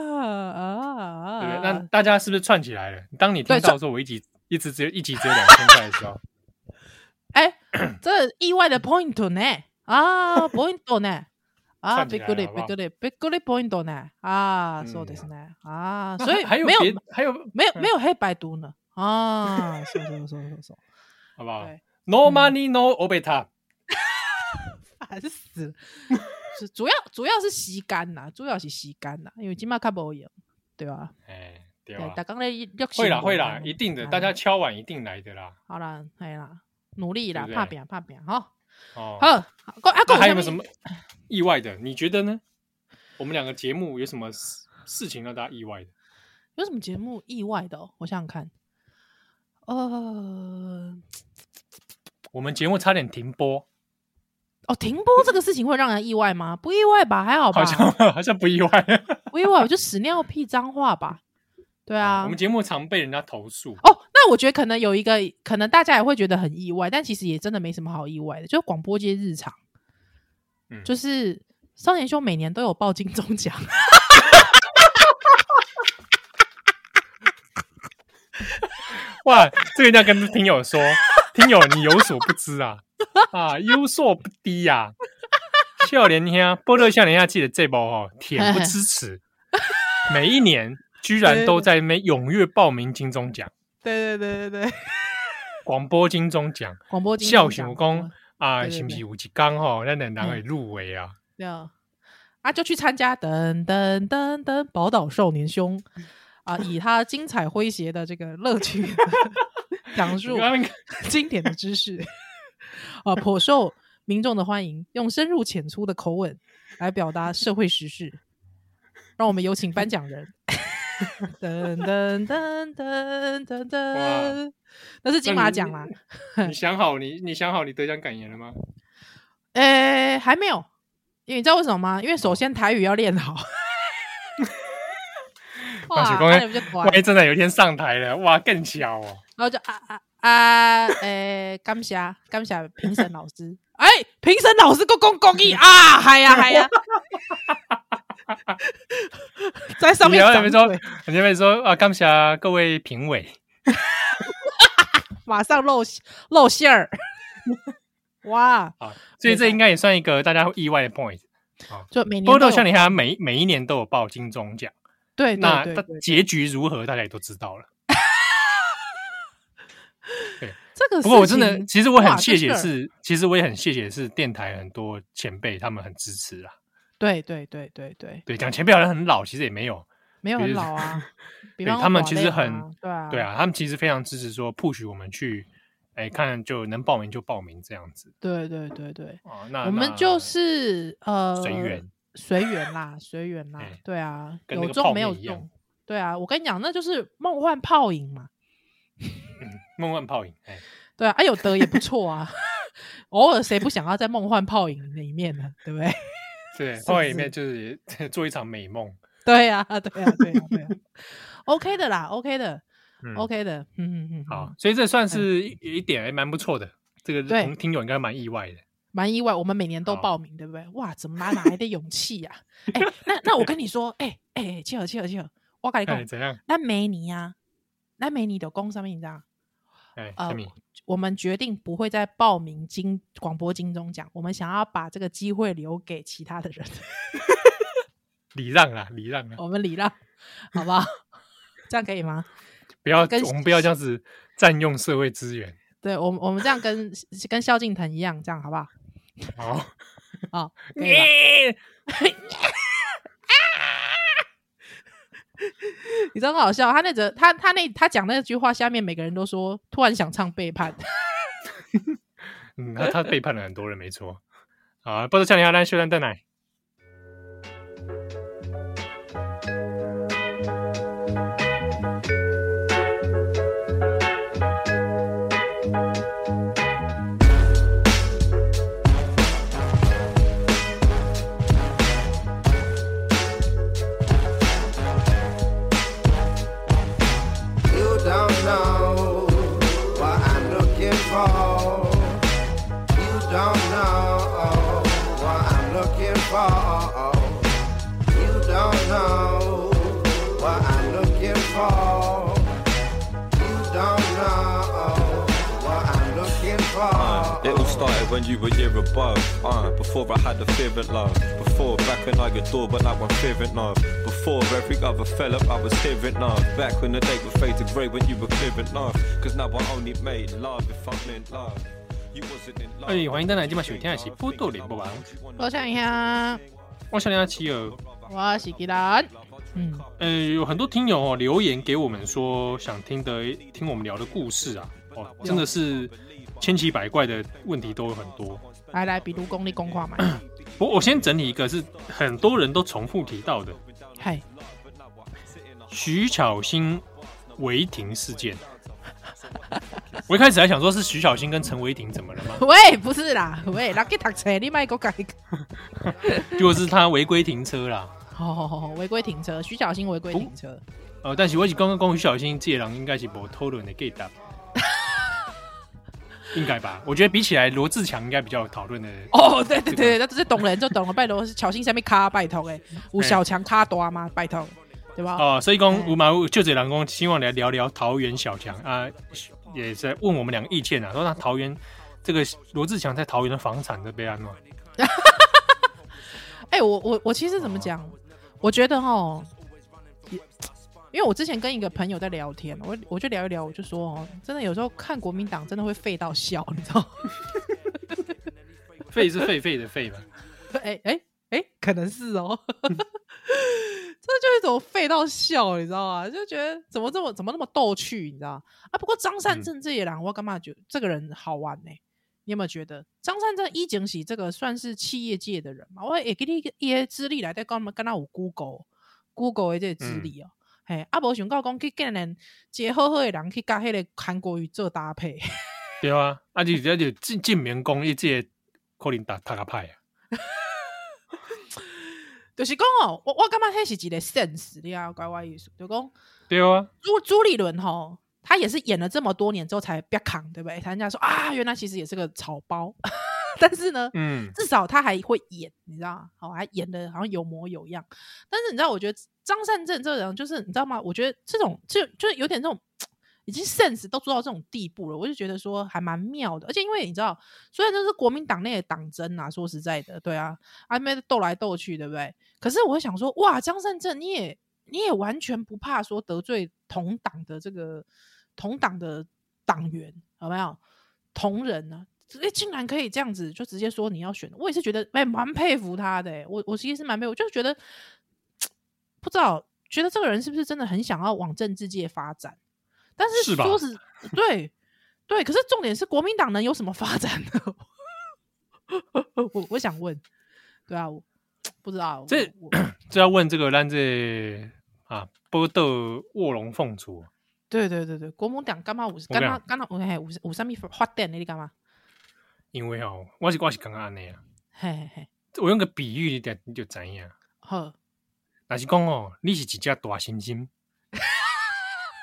Speaker 2: 对不
Speaker 3: 啊啊，
Speaker 2: 对？那大家是不是串起来了？当你听
Speaker 3: 对
Speaker 2: 到说我一集一直只有一集只有两千块的时候，
Speaker 3: 哎、这意外的 point 呢？
Speaker 2: (laughs)
Speaker 3: 啊，point 呢？啊，
Speaker 2: 算
Speaker 3: び
Speaker 2: 起来
Speaker 3: っくり、
Speaker 2: 好不好嗯
Speaker 3: びっくり、びっくり point 呢？啊，そうですね。啊， (laughs) 所以
Speaker 2: 还有
Speaker 3: 没有
Speaker 2: 别嗯还有
Speaker 3: 没有没有黑白读呢？啊，そうそうそう
Speaker 2: (laughs)
Speaker 3: そうそう，
Speaker 2: 好不好
Speaker 3: 对
Speaker 2: ？No
Speaker 3: 嗯
Speaker 2: money, no obeta。
Speaker 3: 烦死了。是主要主要是吸干呐，主要是吸干呐，因为今麦较无用，对吧？
Speaker 2: 哎，对
Speaker 3: 对
Speaker 2: 吧，？
Speaker 3: 大家咧约啊
Speaker 2: 会啦会啦，一定的，大家敲碗一定来的啦。
Speaker 3: 哎好啦，系啦，努力啦，
Speaker 2: 对不对
Speaker 3: 怕拼怕拼吼。
Speaker 2: 哦，
Speaker 3: 好，啊，
Speaker 2: 那
Speaker 3: 还
Speaker 2: 还有没有什么意外的？你觉得呢？我们两个节目有什么事事情让大家意外的？
Speaker 3: 有什么节目意外的哦、我想想看，呃，
Speaker 2: 我们节目差点停播，
Speaker 3: 哦，停播这个事情会让人意外吗？不意外吧，还好吧
Speaker 2: 好，像 (laughs) 好像不意外。
Speaker 3: 不意外，我就屎尿屁脏话吧。对啊
Speaker 2: 我，们节目常被人家投诉。
Speaker 3: 哦，那我觉得可能有一个，可能大家也会觉得很意外，但其实也真的没什么好意外的，就是广播界日常，
Speaker 2: 嗯
Speaker 3: 就是少年兄每年都有报金钟奖。
Speaker 2: 哇，这个一定要跟听友 (laughs) 说，听友你有所不知啊，啊，有所不低呀、啊。笑脸兄，波特笑脸兄，记得这包哦，恬不知 (laughs) 耻，每一年居然都在那边踊跃报名金钟奖、
Speaker 3: 对对对对对，
Speaker 2: 广播金钟奖
Speaker 3: 广播金
Speaker 2: 笑
Speaker 3: 钟
Speaker 2: 醒
Speaker 3: 奖
Speaker 2: 我讲啊，
Speaker 3: 对对
Speaker 2: 是不是
Speaker 3: 对
Speaker 2: 有一刚吼、哦，那两人会入围啊？
Speaker 3: 对啊，啊，就去参加噔噔噔噔宝岛少年兄
Speaker 2: 嗯
Speaker 3: 啊，以他精彩诙谐的这个乐
Speaker 2: (laughs)
Speaker 3: 趣讲述
Speaker 2: 你刚刚
Speaker 3: 经典的知识，啊，颇受民众的欢迎，用深入浅出的口吻来表达社会时事。让我们有请颁奖
Speaker 2: (laughs)
Speaker 3: 人。噔噔噔噔噔
Speaker 2: 哇
Speaker 3: 噔，那是金马奖啦。
Speaker 2: 你想好你你想好你得奖感言了吗？
Speaker 3: 呃，还没有，因为你知道为什么吗？因为
Speaker 2: 哦
Speaker 3: 首先台语要
Speaker 2: (laughs)
Speaker 3: 练好。
Speaker 2: 我想说
Speaker 3: 啊你们就乖
Speaker 2: 万一真的有一天上台了，哇，更巧哦！
Speaker 3: 然后就啊啊啊，诶、感谢感谢评审老师，哎、评审老师够公公益啊，嗨呀嗨呀，在上
Speaker 2: 你
Speaker 3: 面
Speaker 2: 要
Speaker 3: 掌
Speaker 2: 没说
Speaker 3: 嘴，
Speaker 2: 你要没说啊，感谢各位评委，
Speaker 3: 马上露露馅儿， (laughs) 哇！
Speaker 2: 啊，所以这应该也算一个大家会意外的 point。
Speaker 3: 就每年
Speaker 2: 波
Speaker 3: 都
Speaker 2: 豆
Speaker 3: 有
Speaker 2: 像你看，每每一年都有报金钟奖，
Speaker 3: 对
Speaker 2: 那
Speaker 3: 对
Speaker 2: 它
Speaker 3: 对对，
Speaker 2: 结局如何，大家也都知道了。
Speaker 3: 这个
Speaker 2: 不过我
Speaker 3: 事
Speaker 2: 真的，
Speaker 3: 情
Speaker 2: 其实我
Speaker 3: 哇
Speaker 2: 很
Speaker 3: 这
Speaker 2: 谢谢
Speaker 3: 事儿
Speaker 2: 是，其实我也很谢谢是电台很多前辈他们很支持啦。
Speaker 3: 对对对对对，
Speaker 2: 对，讲前辈好像很老，其实也没有。
Speaker 3: 没有
Speaker 2: 比
Speaker 3: 很
Speaker 2: 如 (laughs)
Speaker 3: 老啊，比
Speaker 2: 对
Speaker 3: 方说
Speaker 2: 他们
Speaker 3: 瓦
Speaker 2: 其实
Speaker 3: 列
Speaker 2: 很
Speaker 3: 啊对啊
Speaker 2: 对啊，他们其实非常支持说 push 我们去，哎，看就能报名就报名这样子
Speaker 3: 对对对对，
Speaker 2: 啊。那
Speaker 3: 我们
Speaker 2: 那
Speaker 3: 就是 (laughs) 呃
Speaker 2: 随缘，
Speaker 3: 随缘啦，随缘啦
Speaker 2: 哎，
Speaker 3: 对啊，
Speaker 2: 跟那
Speaker 3: 有
Speaker 2: 个
Speaker 3: 中
Speaker 2: 泡
Speaker 3: 没
Speaker 2: 面
Speaker 3: 有
Speaker 2: 一样
Speaker 3: 中，对啊，我跟你讲，那就是梦幻泡影嘛，
Speaker 2: 嗯梦幻泡影，哎，
Speaker 3: 对啊，哎有得
Speaker 2: (laughs)
Speaker 3: 也不错啊， (laughs) 偶尔谁不想要在梦幻泡影里面呢， (laughs) 对不对？
Speaker 2: 对，
Speaker 3: 不
Speaker 2: 泡影里
Speaker 3: 是
Speaker 2: 面就是 (laughs) 做一场美梦。
Speaker 3: 对啊，对啊，对啊，对啊 (laughs) ，OK 的啦，OK 的
Speaker 2: 嗯
Speaker 3: ，OK 的，嗯嗯嗯，
Speaker 2: 好
Speaker 3: 嗯，，
Speaker 2: 所以这算是一一点哎还蛮不错的，这个
Speaker 3: 对
Speaker 2: 同听友应该蛮意外的。
Speaker 3: 蛮意外，我们每年都
Speaker 2: 好
Speaker 3: 报名，对不对？哇，怎么哪哪来的勇气呀？ (laughs) 哎，那那我跟你说，哎哎，切尔切尔切尔，我跟你
Speaker 2: 哎，
Speaker 3: 讲，
Speaker 2: 怎样？
Speaker 3: 咱每年啊，咱每年就讲什么，你知道吗？
Speaker 2: 哎，
Speaker 3: 呃
Speaker 2: 小米，
Speaker 3: 我们决定不会再报名金广播金钟奖，我们想要把这个机会留给其他的人， (laughs)
Speaker 2: 礼让啦，礼让啦，
Speaker 3: 我们礼让，好不好？ (laughs) 这样可以吗？
Speaker 2: 不要
Speaker 3: 跟
Speaker 2: 我们不要这样子占用社会资源。
Speaker 3: 对我们，我们这样跟跟萧敬腾一样，这样好不好？
Speaker 2: 好，
Speaker 3: (laughs) 啊、可以吧？
Speaker 2: 耶
Speaker 3: 你知道很好笑，他那则他他那他讲那句话，下面每个人都说，突然想唱背叛，
Speaker 2: 嗯，他他背叛了很多人，没错。好，波多少年阿丹秀丹邓奶，
Speaker 4: You don't know what I'm looking for. You don't know what I'm looking for. You don't know what I'm looking for. You don't know what I'm looking for.
Speaker 5: Uh, It all started when you were year above. Uh, before I had a fear of love. Before, back when I adored, but now I'm fearing love. Before every other fell up, I was hearing love. Back when the day was faded grey, when you were clearing love. Cause now I only made love if I'm in love. You wasn't in love.
Speaker 2: 哎，欢迎邓奶，今晚收听的是波多连播网，
Speaker 3: 我想一下，
Speaker 2: 我少年阿奇尔。
Speaker 3: 我是吉兰，嗯，
Speaker 2: 呃，有很多听友哦留言给我们说，想听的听我们聊的故事啊，哦，真的是千奇百怪的问题都有很多。
Speaker 3: 来来，比如公立公话嘛，
Speaker 2: 我我先整理一个是很多人都重复提到的
Speaker 3: (coughs) 嗨，
Speaker 2: 徐巧芯违停事件。我一开始还想说是徐巧芯跟陈违停怎么了吗？
Speaker 3: 喂，不是啦，喂，那去读册，你卖给我改。
Speaker 2: 结果是他违规停车啦。
Speaker 3: 好好好，哦违规停车，徐小新违规停车，
Speaker 2: 呃，但是我是刚刚讲徐巧芯这个人应该是无讨论的 gay 答，应该吧？我觉得比起来罗志强应该比较有讨论的
Speaker 3: 哦，对对对，那只是懂人就懂了，拜托是巧心下面卡，拜托 (laughs) 哎，有小强卡多吗？拜托，对吧？
Speaker 2: 哦，所以讲五毛就这两公，希望来聊聊桃园小强啊，也是问我们两个意见啊，说那桃园这个罗志强在桃园的房产啊的被安吗？
Speaker 3: 哎、我我我其实怎么讲？我觉得哈，因为我之前跟一个朋友在聊天，我我就聊一聊，我就说哦，真的有时候看国民党真的会废到笑，你知道吗？
Speaker 2: 狒是狒狒的狒嘛？
Speaker 3: (laughs) 哎哎哎，可能是哦，
Speaker 2: 嗯
Speaker 3: (laughs) 这就一种废到笑，你知道吗？就觉得怎么这么怎么那么逗趣，你知道吗啊？不过张善
Speaker 2: 嗯
Speaker 3: 政这一人，我干嘛觉得这个人好玩呢、你有没有觉得张善政一景喜这个算是企业界的人嘛？我也给你一些资历来在跟我们跟他有 Google Google 的这个资
Speaker 2: 嗯
Speaker 3: 历哦。嘿，啊，无想到讲去跟人一个好好的人去甲迄个韩国瑜做搭配， (laughs)
Speaker 2: 对啊，啊就而且进进民工一届可能打打个派啊。
Speaker 3: 就是讲哦，我我感觉迄是一个 sense 你啊，乖乖意思，就讲
Speaker 2: 对啊，
Speaker 3: 朱朱立伦吼，他也是演了这么多年之后才被扛，对不对？才人家说啊，原来其实也是个草包， (laughs) 但是呢，
Speaker 2: 嗯，
Speaker 3: 至少他还会演，你知道吗？好、还演的好像有模有样。但是你知道，我觉得张善政这个人，就是你知道吗？我觉得这种就就是有点这种已经 sense 都做到这种地步了，我就觉得说还蛮妙的。而且因为你知道，虽然这是国民党内的党争啊，说实在的，对啊，还没斗来斗去，对不对？可是我会想说，哇，张善政你也你也完全不怕说得罪同党的这个同党的党员，有没有？同人呢、哎、竟然可以这样子就直接说你要选，我也是觉得哎，蛮、佩服他的、哎我我其实是蛮佩服，就是觉得不知道，觉得这个人是不是真的很想要往政治界发展？但是
Speaker 2: 是吧
Speaker 3: 说实对对，可是重点是国民党能有什么发展呢？ (laughs) 我我想问，对啊，我不知道，
Speaker 2: 这
Speaker 3: 我我
Speaker 2: 这要问这个咱这啊，波豆卧龙凤雏，
Speaker 3: 对对对对，国民党干嘛五
Speaker 2: 我跟
Speaker 3: 干
Speaker 2: 你
Speaker 3: 嘛
Speaker 2: 讲
Speaker 3: 干嘛有嘿有有啥物发展的你干嘛？
Speaker 2: 因为哦，我是我是刚刚安尼啊，
Speaker 3: 嘿嘿嘿，
Speaker 2: 我用个比喻你就你就知影，
Speaker 3: 好，
Speaker 2: 若是讲哦，你是一只大猩猩，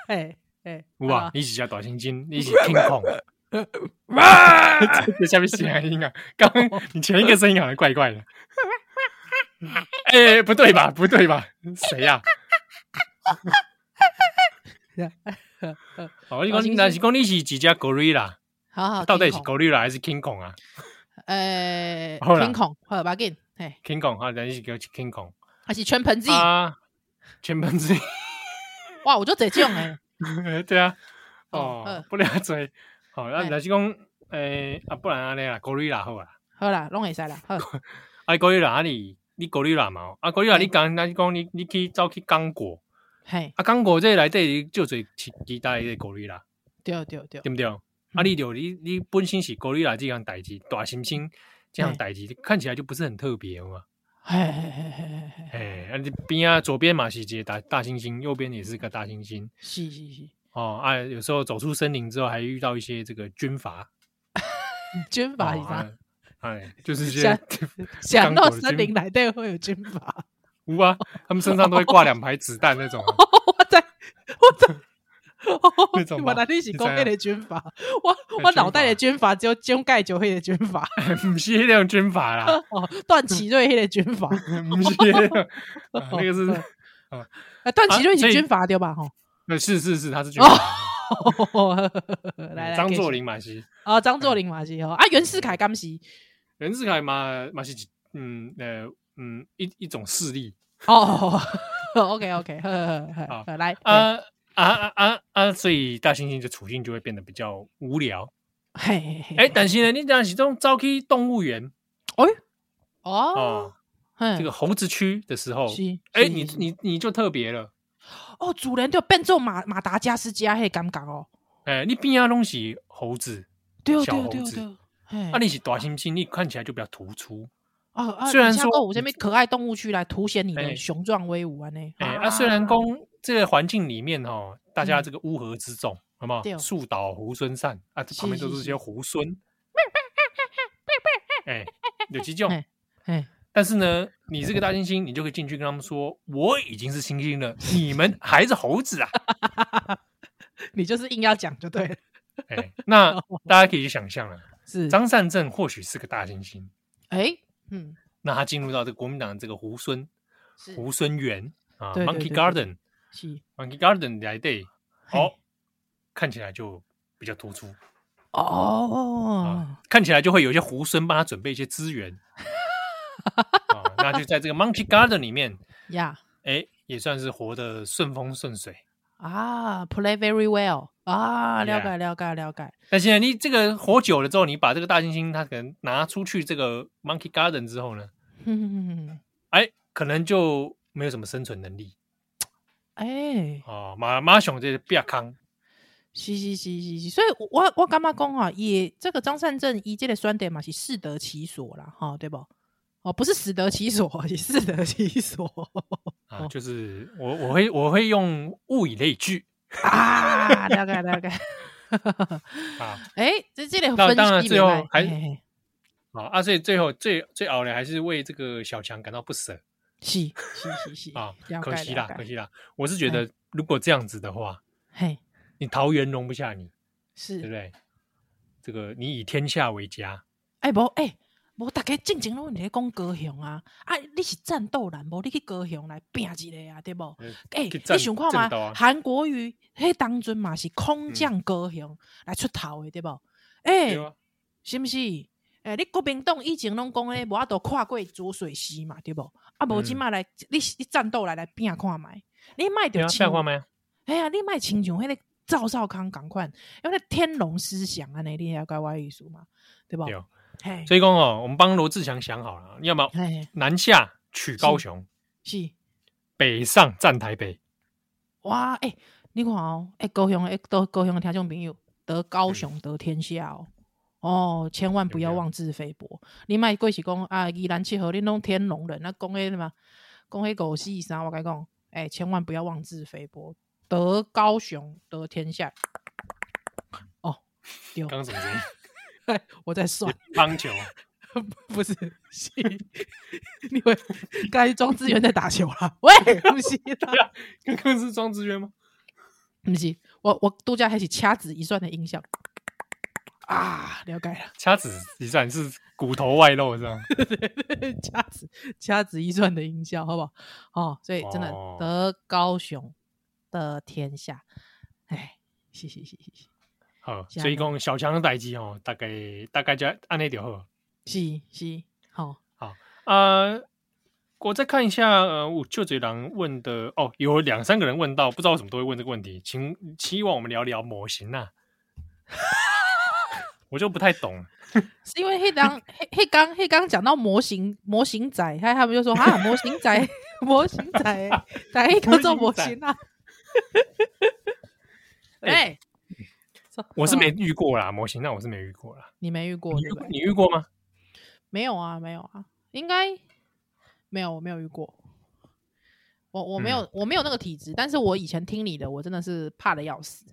Speaker 3: 嘿嘿，
Speaker 2: 有啊
Speaker 3: 啊，
Speaker 2: 你是一只大猩猩，你是 King Kong，这 (laughs) 下面声音啊， (laughs) 刚刚你前一个声音好像怪怪的， (laughs) 哎、不对吧？不对吧？谁呀、啊？哦，你
Speaker 3: 大
Speaker 2: 讲
Speaker 3: 猩猩
Speaker 2: 你若是讲你是一只 gorilla，
Speaker 3: 好好，
Speaker 2: 到底
Speaker 3: 听
Speaker 2: 是
Speaker 3: 孔
Speaker 2: gorilla 还是 King Kong 啊
Speaker 3: 诶，
Speaker 2: 好啦
Speaker 3: 天孔，好吧，紧，嘿，
Speaker 2: ？King Kong 啊，但是叫 King Kong
Speaker 3: 还是全盆子，
Speaker 2: 啊，全班之一。 (laughs)
Speaker 3: 哇，我就这种诶，
Speaker 2: 对啊，
Speaker 3: 哦
Speaker 2: 哦
Speaker 3: 好，
Speaker 2: 不了解。好，那
Speaker 3: 嘿
Speaker 2: 若是讲，诶、啊，不然安尼啦，gorilla 好啊，
Speaker 3: 好啦，拢会使啦，好，
Speaker 2: 啊 gorilla 啊你你 gorilla 嘛，哦啊 gorilla
Speaker 3: 嘿
Speaker 2: 你讲，若是讲你你去走去刚果，
Speaker 3: 嘿，
Speaker 2: 啊刚果这内底就侪其其他的 gorilla，
Speaker 3: 对对对，
Speaker 2: 对不对？啊你就你你本身是 gorilla 这样代志，大猩猩这样代志，看起来就不是很特别嘛。
Speaker 3: 嘿嘿嘿嘿嘿嘿，
Speaker 2: 哎，啊你边啊左边嘛是一个大大猩猩，右边也是个大猩猩。
Speaker 3: 是是是，
Speaker 2: 哦啊，有时候走出森林之后，还遇到一些这个军阀，
Speaker 3: 嗯军阀是啥？
Speaker 2: 哦？哎，哎就是一
Speaker 3: 吓
Speaker 2: 些
Speaker 3: 想
Speaker 2: 刚
Speaker 3: 到
Speaker 2: 果的
Speaker 3: 森
Speaker 2: 军
Speaker 3: 林来对会有军阀，
Speaker 2: (laughs) 无啊，他们身上都会挂两排子弹那种啊、
Speaker 3: (laughs) 我在我在。
Speaker 2: 那种吗
Speaker 3: 我哪里是讲迄
Speaker 2: 你
Speaker 3: 个军阀？我
Speaker 2: 军
Speaker 3: 我
Speaker 2: 阀
Speaker 3: 脑袋的军阀只有蒋介石迄个军阀，
Speaker 2: 不是那种军阀啦，
Speaker 3: 哦，段祺瑞迄个军阀，
Speaker 2: 不是那种，啊那个是
Speaker 3: (laughs) 啊，段祺瑞
Speaker 2: 所
Speaker 3: 是
Speaker 2: 以
Speaker 3: 军阀对吧？吼，
Speaker 2: 呃是是是，他是军阀，
Speaker 3: 哦来来，
Speaker 2: 张作
Speaker 3: 继续
Speaker 2: 霖嘛是，
Speaker 3: 哦，张作霖嘛是哦，啊，袁世凯敢是
Speaker 2: 袁世凯嘛嘛是一，嗯呃嗯一一种势力
Speaker 3: 哦，OK OK，呵呵呵呵
Speaker 2: 好
Speaker 3: 呵，来啊，
Speaker 2: 啊啊啊啊啊，所以大猩猩的处境就会变得比较无聊。
Speaker 3: 嘿嘿嘿，
Speaker 2: 哎，但是呢，你讲其中招去动物园
Speaker 3: 哦
Speaker 2: 哦，，
Speaker 3: 这
Speaker 2: 这个猴子区的时候
Speaker 3: 是，
Speaker 2: 哎，
Speaker 3: 是
Speaker 2: 你
Speaker 3: 是
Speaker 2: 你你就特别了。
Speaker 3: 哦，主人就变做马马达加斯加迄感觉哦，
Speaker 2: 哎、你边啊拢是猴子，
Speaker 3: 对哦
Speaker 2: 小
Speaker 3: 对哦
Speaker 2: 猴
Speaker 3: 对哦
Speaker 2: 子
Speaker 3: 对哦，嘿
Speaker 2: 啊，你是大猩猩，你看起来就比较突出。
Speaker 3: 哦啊，
Speaker 2: 虽然说
Speaker 3: 我这边可爱动物区来凸显你的
Speaker 2: 哎
Speaker 3: 雄壮威武啊呢，
Speaker 2: 哎、啊，虽然公这个环境里面哦，大家这个乌合之众，好不好
Speaker 3: 对？哦
Speaker 2: 树倒猢狲散啊，这旁边
Speaker 3: 是
Speaker 2: 都
Speaker 3: 是
Speaker 2: 是
Speaker 3: 是
Speaker 2: 些猢狲。哎、有几种
Speaker 3: 哎。哎， (laughs)
Speaker 2: 但是呢，你这个大猩猩，你就可以进去跟他们说，我已经是猩猩了，你们还是猴子啊！
Speaker 3: 你就是硬要讲
Speaker 2: (laughs)
Speaker 3: 就对了，
Speaker 2: 哎、
Speaker 3: (laughs)
Speaker 2: 那大家可以去想象了，啊
Speaker 3: 是
Speaker 2: 张善政或许是个大猩猩，
Speaker 3: 哎，嗯，
Speaker 2: 那他进入到这个国民党的这个猢狲
Speaker 3: 是
Speaker 2: 猢狲园啊
Speaker 3: 对对
Speaker 2: ，Monkey
Speaker 3: 对对
Speaker 2: Garden。
Speaker 3: 是
Speaker 2: Monkey Garden 来 day，
Speaker 3: 嘿
Speaker 2: 哦，看起来就比较突出
Speaker 3: 哦
Speaker 2: 啊，，看起来就会有一些胡孙帮他准备一些资
Speaker 3: (laughs)
Speaker 2: 源啊，那就在这个 Monkey Garden 里面，
Speaker 3: 呀
Speaker 2: 哎，也算是活得顺风顺水。
Speaker 3: 啊，play very well 啊，了
Speaker 2: Yeah
Speaker 3: 解了解了解， (laughs)
Speaker 2: 但现在你这个活久了之后，你把这个大猩猩它可能拿出去这个 Monkey Garden 之后呢，
Speaker 3: 哼哼哼哼。
Speaker 2: 哎，可能就没有什么生存能力
Speaker 3: 哎，
Speaker 2: 哦，马马熊这些比较康，
Speaker 3: 是是是是是，所以我我我感觉讲啊，也这个张善政伊这个选点嘛是适得其所啦，哈，对不？哦，不是死得其所，是 (laughs) 适得其所
Speaker 2: 啊，
Speaker 3: 哦
Speaker 2: 就是我我会我会用物以类聚 (laughs)
Speaker 3: 啊，了解了解。
Speaker 2: 啊
Speaker 3: 哎，这这个
Speaker 2: 那
Speaker 3: 分
Speaker 2: 当然
Speaker 3: 析
Speaker 2: 最后
Speaker 3: 袂歹
Speaker 2: 还
Speaker 3: 嘿嘿
Speaker 2: 啊、啊啊！所以最后最最熬呢，还是为这个小强感到不舍
Speaker 3: 是是是是
Speaker 2: 啊
Speaker 3: 了，
Speaker 2: 可
Speaker 3: 解哎
Speaker 2: 惜
Speaker 3: 了
Speaker 2: 啦，
Speaker 3: 解
Speaker 2: 可惜啦。我是觉得，如果这样子的话，
Speaker 3: 嘿，
Speaker 2: 你桃园容不下你，对不
Speaker 3: 是，
Speaker 2: 对？这个你以天下为家，
Speaker 3: 哎无哎无，大家进前拢在讲高雄啊，啊，你是战斗人，无你去高雄来拼一个啊，对无？哎、
Speaker 2: 去
Speaker 3: 你
Speaker 2: 战
Speaker 3: 想看
Speaker 2: 战斗
Speaker 3: 嘛？
Speaker 2: 啊嗯
Speaker 3: 韩国瑜迄当阵嘛是空降高雄、来出头的，对无？哎、
Speaker 2: 对啊，
Speaker 3: 是毋是？诶、你国民党以前拢讲诶，无法度跨过浊水溪嘛，对无？啊，无即
Speaker 2: 嗯
Speaker 3: 嘛来，你你战斗来来拼看觅，你卖
Speaker 2: 对
Speaker 3: 着
Speaker 2: 啊，像话吗？
Speaker 3: 哎呀，你卖亲像迄个赵少康共款，因为天龙思想安尼，你了解我的意思嘛？对无？
Speaker 2: 对，哦
Speaker 3: 嘿，
Speaker 2: 所以讲哦，我们帮罗志祥想好了，要么
Speaker 3: 嘿嘿
Speaker 2: 南下取高雄，
Speaker 3: 是
Speaker 2: 北上占台北，
Speaker 3: 哇，诶、你看哦，诶、高雄诶，都高雄的听众朋友，得高雄得天下哦。哦，千万不要
Speaker 2: 对不对
Speaker 3: 妄自菲薄。你卖过是讲啊，宜兰七和恁拢天龙人，那啊讲迄嘛，讲迄狗屁啥？我甲你讲，诶、千万不要妄自菲薄，得高雄得天下。 (laughs) 哦，对，
Speaker 2: 刚刚什么声音？
Speaker 3: 我在算， (laughs)
Speaker 2: 棒球，啊
Speaker 3: 不是，是 (laughs) 你会刚才庄志源在打球啦，喂，不是啦，
Speaker 2: (laughs) 刚刚是庄志渊吗？
Speaker 3: 不是，我我度假还是掐指一算的音效啊，了解了，
Speaker 2: 掐指一算是骨头外露是 (laughs) 吧？
Speaker 3: 掐指掐指一算的音效，好不好？哦，所以真的
Speaker 2: 哦
Speaker 3: 得高雄得天下，哎，是是是是是
Speaker 2: 好，
Speaker 3: 是啊
Speaker 2: 所以讲小强的代志哦，大概大概就按那就好。
Speaker 3: 是是，好、
Speaker 2: 啊，我再看一下，呃，我就嘴狼问的哦，有两三个人问到，不知道为什么都会问这个问题，请期望我们聊聊模型
Speaker 3: (laughs)
Speaker 2: 呐、我就不太懂，
Speaker 3: 是因为
Speaker 2: (laughs)
Speaker 3: 黑刚黑黑刚黑刚讲到模型模型仔，他他们就说啊，模型仔模型仔，打一个做模型啊。 (laughs) 哎，
Speaker 2: 我是没遇过啦，模型那我是没遇过啦，
Speaker 3: 你没遇过
Speaker 2: 你遇
Speaker 3: 对不对？
Speaker 2: 你遇过吗？
Speaker 3: 没有啊，没有啊，应该没有，我没有遇过。我我没有、
Speaker 2: 嗯
Speaker 3: 我没有那个体质，但是我以前听你的，我真的是怕的要死。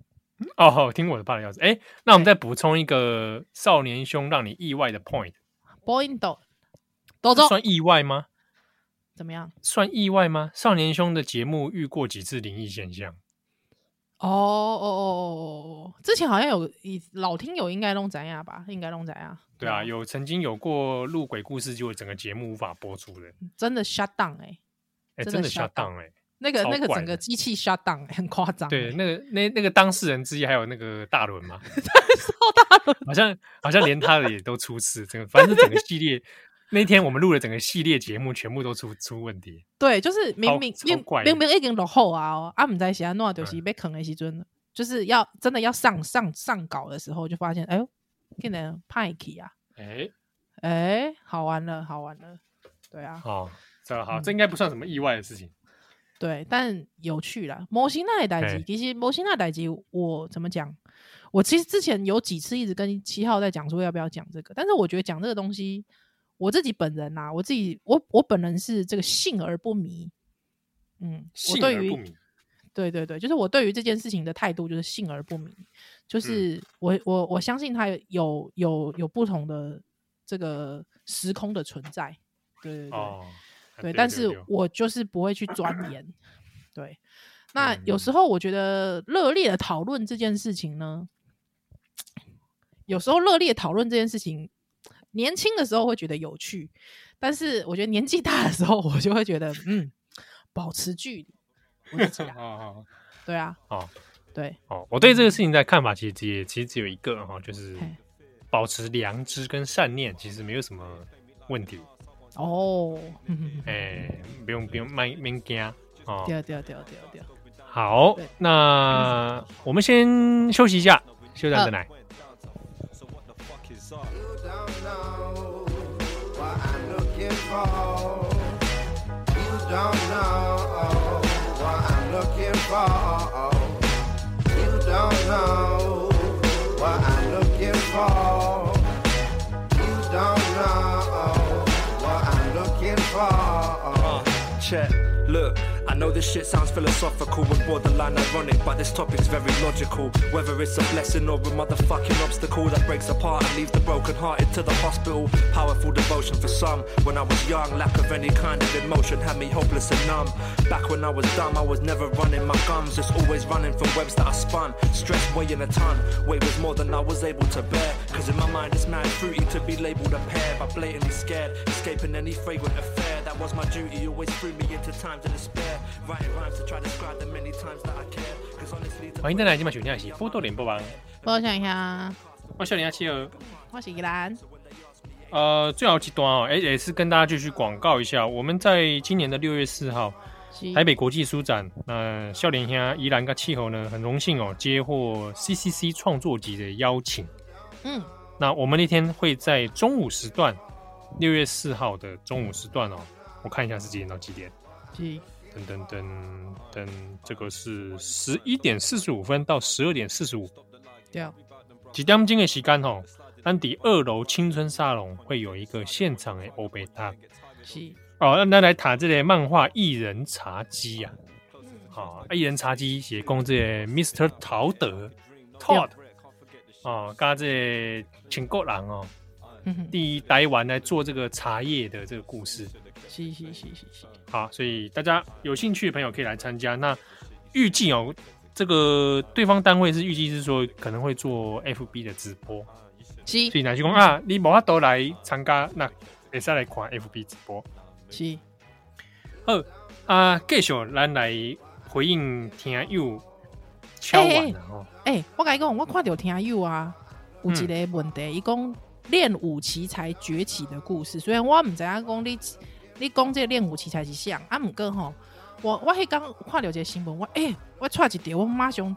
Speaker 2: 哦，好，听我的爸的样子。哎，那我们再补充一个少年兄让你意外的 point，
Speaker 3: Point 抖抖
Speaker 2: 算意外吗？
Speaker 3: 怎么样？
Speaker 2: 算意外吗？少年兄的节目遇过几次灵异现象？
Speaker 3: 哦哦哦哦哦哦，之前好像有以老听友应该弄怎样吧？应该弄怎样？
Speaker 2: 对啊，有曾经有过录鬼故事，就整个节目无法播出的，
Speaker 3: 真的 shut down 哎、
Speaker 2: 哎，
Speaker 3: 真的
Speaker 2: 真的
Speaker 3: shut
Speaker 2: shut down 哎、
Speaker 3: 那个
Speaker 2: 超
Speaker 3: 那个
Speaker 2: 怪
Speaker 3: 整个
Speaker 2: 的
Speaker 3: 机器 shut down 欸、很夸张、
Speaker 2: 对，
Speaker 3: 欸
Speaker 2: 那个那那个当事人之一还有那个大伦
Speaker 3: (laughs)
Speaker 2: 嘛，好像好像连他的也都出事，整个反正整个系
Speaker 3: (laughs)
Speaker 2: 列那天我们录了整个系列节目，全部都出出问题。
Speaker 3: 对，就是明
Speaker 2: 超
Speaker 3: 明
Speaker 2: 超
Speaker 3: 明
Speaker 2: 怪的
Speaker 3: 明明已经落后啊、哦，啊，唔知是安怎，就是被坑的时阵，就是要真的要上上上稿的时候，就发现，哎呦，竟然派去啊，
Speaker 2: 哎，
Speaker 3: 哎，好玩了，好玩了，对啊，
Speaker 2: 好、这好，这应该哦不算什么意外的事情。
Speaker 3: 对，但有趣啦。模型那代
Speaker 2: 嘿
Speaker 3: 机，其实模型那代机，我怎么讲？我其实之前有几次一直跟七号在讲说要不要讲这个，但是我觉得讲这个东西，我自己本人呐、啊我自己我我本人是这个信而不迷。嗯，我
Speaker 2: 信
Speaker 3: 对
Speaker 2: 而不
Speaker 3: 于
Speaker 2: 迷，
Speaker 3: 对对对，就是我对于这件事情的态度就是信而不迷，
Speaker 2: 嗯
Speaker 3: 就是我我我相信它有有有不同的这个时空的存在。对对对，
Speaker 2: 哦，
Speaker 3: 对，但是
Speaker 2: 对
Speaker 3: 我就是不会去钻研。对，那
Speaker 2: 嗯
Speaker 3: 有时候我觉得热烈的讨论这件事情呢，有时候热烈讨论这件事情，年轻的时候会觉得有趣，但是我觉得年纪大的时候，我就会觉得嗯，保持距离。我自己
Speaker 2: 对
Speaker 3: 啊，
Speaker 2: 哦
Speaker 3: 对啊，
Speaker 2: 哦
Speaker 3: 对，
Speaker 2: 哦，我对这个事情的看法其实也其实只有一个哈、就是
Speaker 3: 嘿
Speaker 2: 保持良知跟善念，其实没有什么问题。
Speaker 3: 哦，嗯哼哼
Speaker 2: 哎，不用不用，慢慢惊哦。
Speaker 3: (laughs) 对对对对对，
Speaker 2: 好
Speaker 3: 对，
Speaker 2: 那我们先休息一下，休战再来。
Speaker 5: So what the fuck is up?
Speaker 4: You don't know what I'm looking for. You don't know what I'm looking for. You don't know what I'm looking for. You don't know what I'm looking for.
Speaker 5: Uh,
Speaker 6: check. Look, I know this shit sounds philosophical and borderline ironic, but this topic's very logical. Whether it's a blessing or a motherfucking obstacle that breaks apart and leaves the brokenhearted to the hospital. Powerful devotion for some. When I was young, lack of any kind of emotion had me hopeless and numb. Back when I was dumb, I was never running my gums, just always running from webs that I spun. Stress weighing a ton, weight was more than I was able to bear. Cause in my mind, it's mad fruity to be labeled a pair, but blatantly scared, escaping any fragrant affair. That was my duty, always threw me into times of despair. Writing rhymes to try to describe the many times that I care. Cause honestly, the
Speaker 2: 欢迎回来，今晚收听的是《波多连播网》，
Speaker 3: 我想一下，
Speaker 2: 我笑脸阿七儿。
Speaker 3: 我是依兰，
Speaker 2: 呃，最好一段哦，哎，也是跟大家继续广告一下，我们在今年的六月四号，
Speaker 3: 是
Speaker 2: 台北国际书展，那笑脸兄啊宜兰跟气候呢，很荣幸哦，接获 CCC 创作集的邀请。
Speaker 3: 嗯，
Speaker 2: 那我们那天会在中午时段，六月四号的中午时段哦，我看一下是几点到几点？
Speaker 3: 是
Speaker 2: 噔噔噔噔，这个是十一点四十五分到十二点四十五，
Speaker 3: 对，
Speaker 2: 几点钟的时间哦？咱伫二楼青春沙龙会有一个现场的欧贝塔
Speaker 3: 是
Speaker 2: 哦，那咱来谈这个漫画艺人茶几啊，哦，艺人茶几是讲这个 Mr. 陶德 Todd 哦，加这个全国人哦，
Speaker 3: 嗯哼，
Speaker 2: 第一台湾来做这个茶叶的这个故事。
Speaker 3: (laughs) 是是是是是，
Speaker 2: 好，所以大家有兴趣的朋友可以来参加。那预计哦，这个对方单位是预计是说可能会做 FB 的直播，所
Speaker 3: 是
Speaker 2: 以南去讲啊，你无法都来参加，那会使来看 FB 直播。
Speaker 3: 是，
Speaker 2: 好啊，继续咱来回应听友敲完了哦，
Speaker 3: 诶、我甲你讲，我看到听友啊，有一
Speaker 2: 嗯
Speaker 3: 个问题，伊讲练武奇才崛起的故事，虽然我毋知影讲你你讲这个练武奇才是啥，啊毋过吼，我我迄刚看到一个新闻，我诶、我错一条，我马上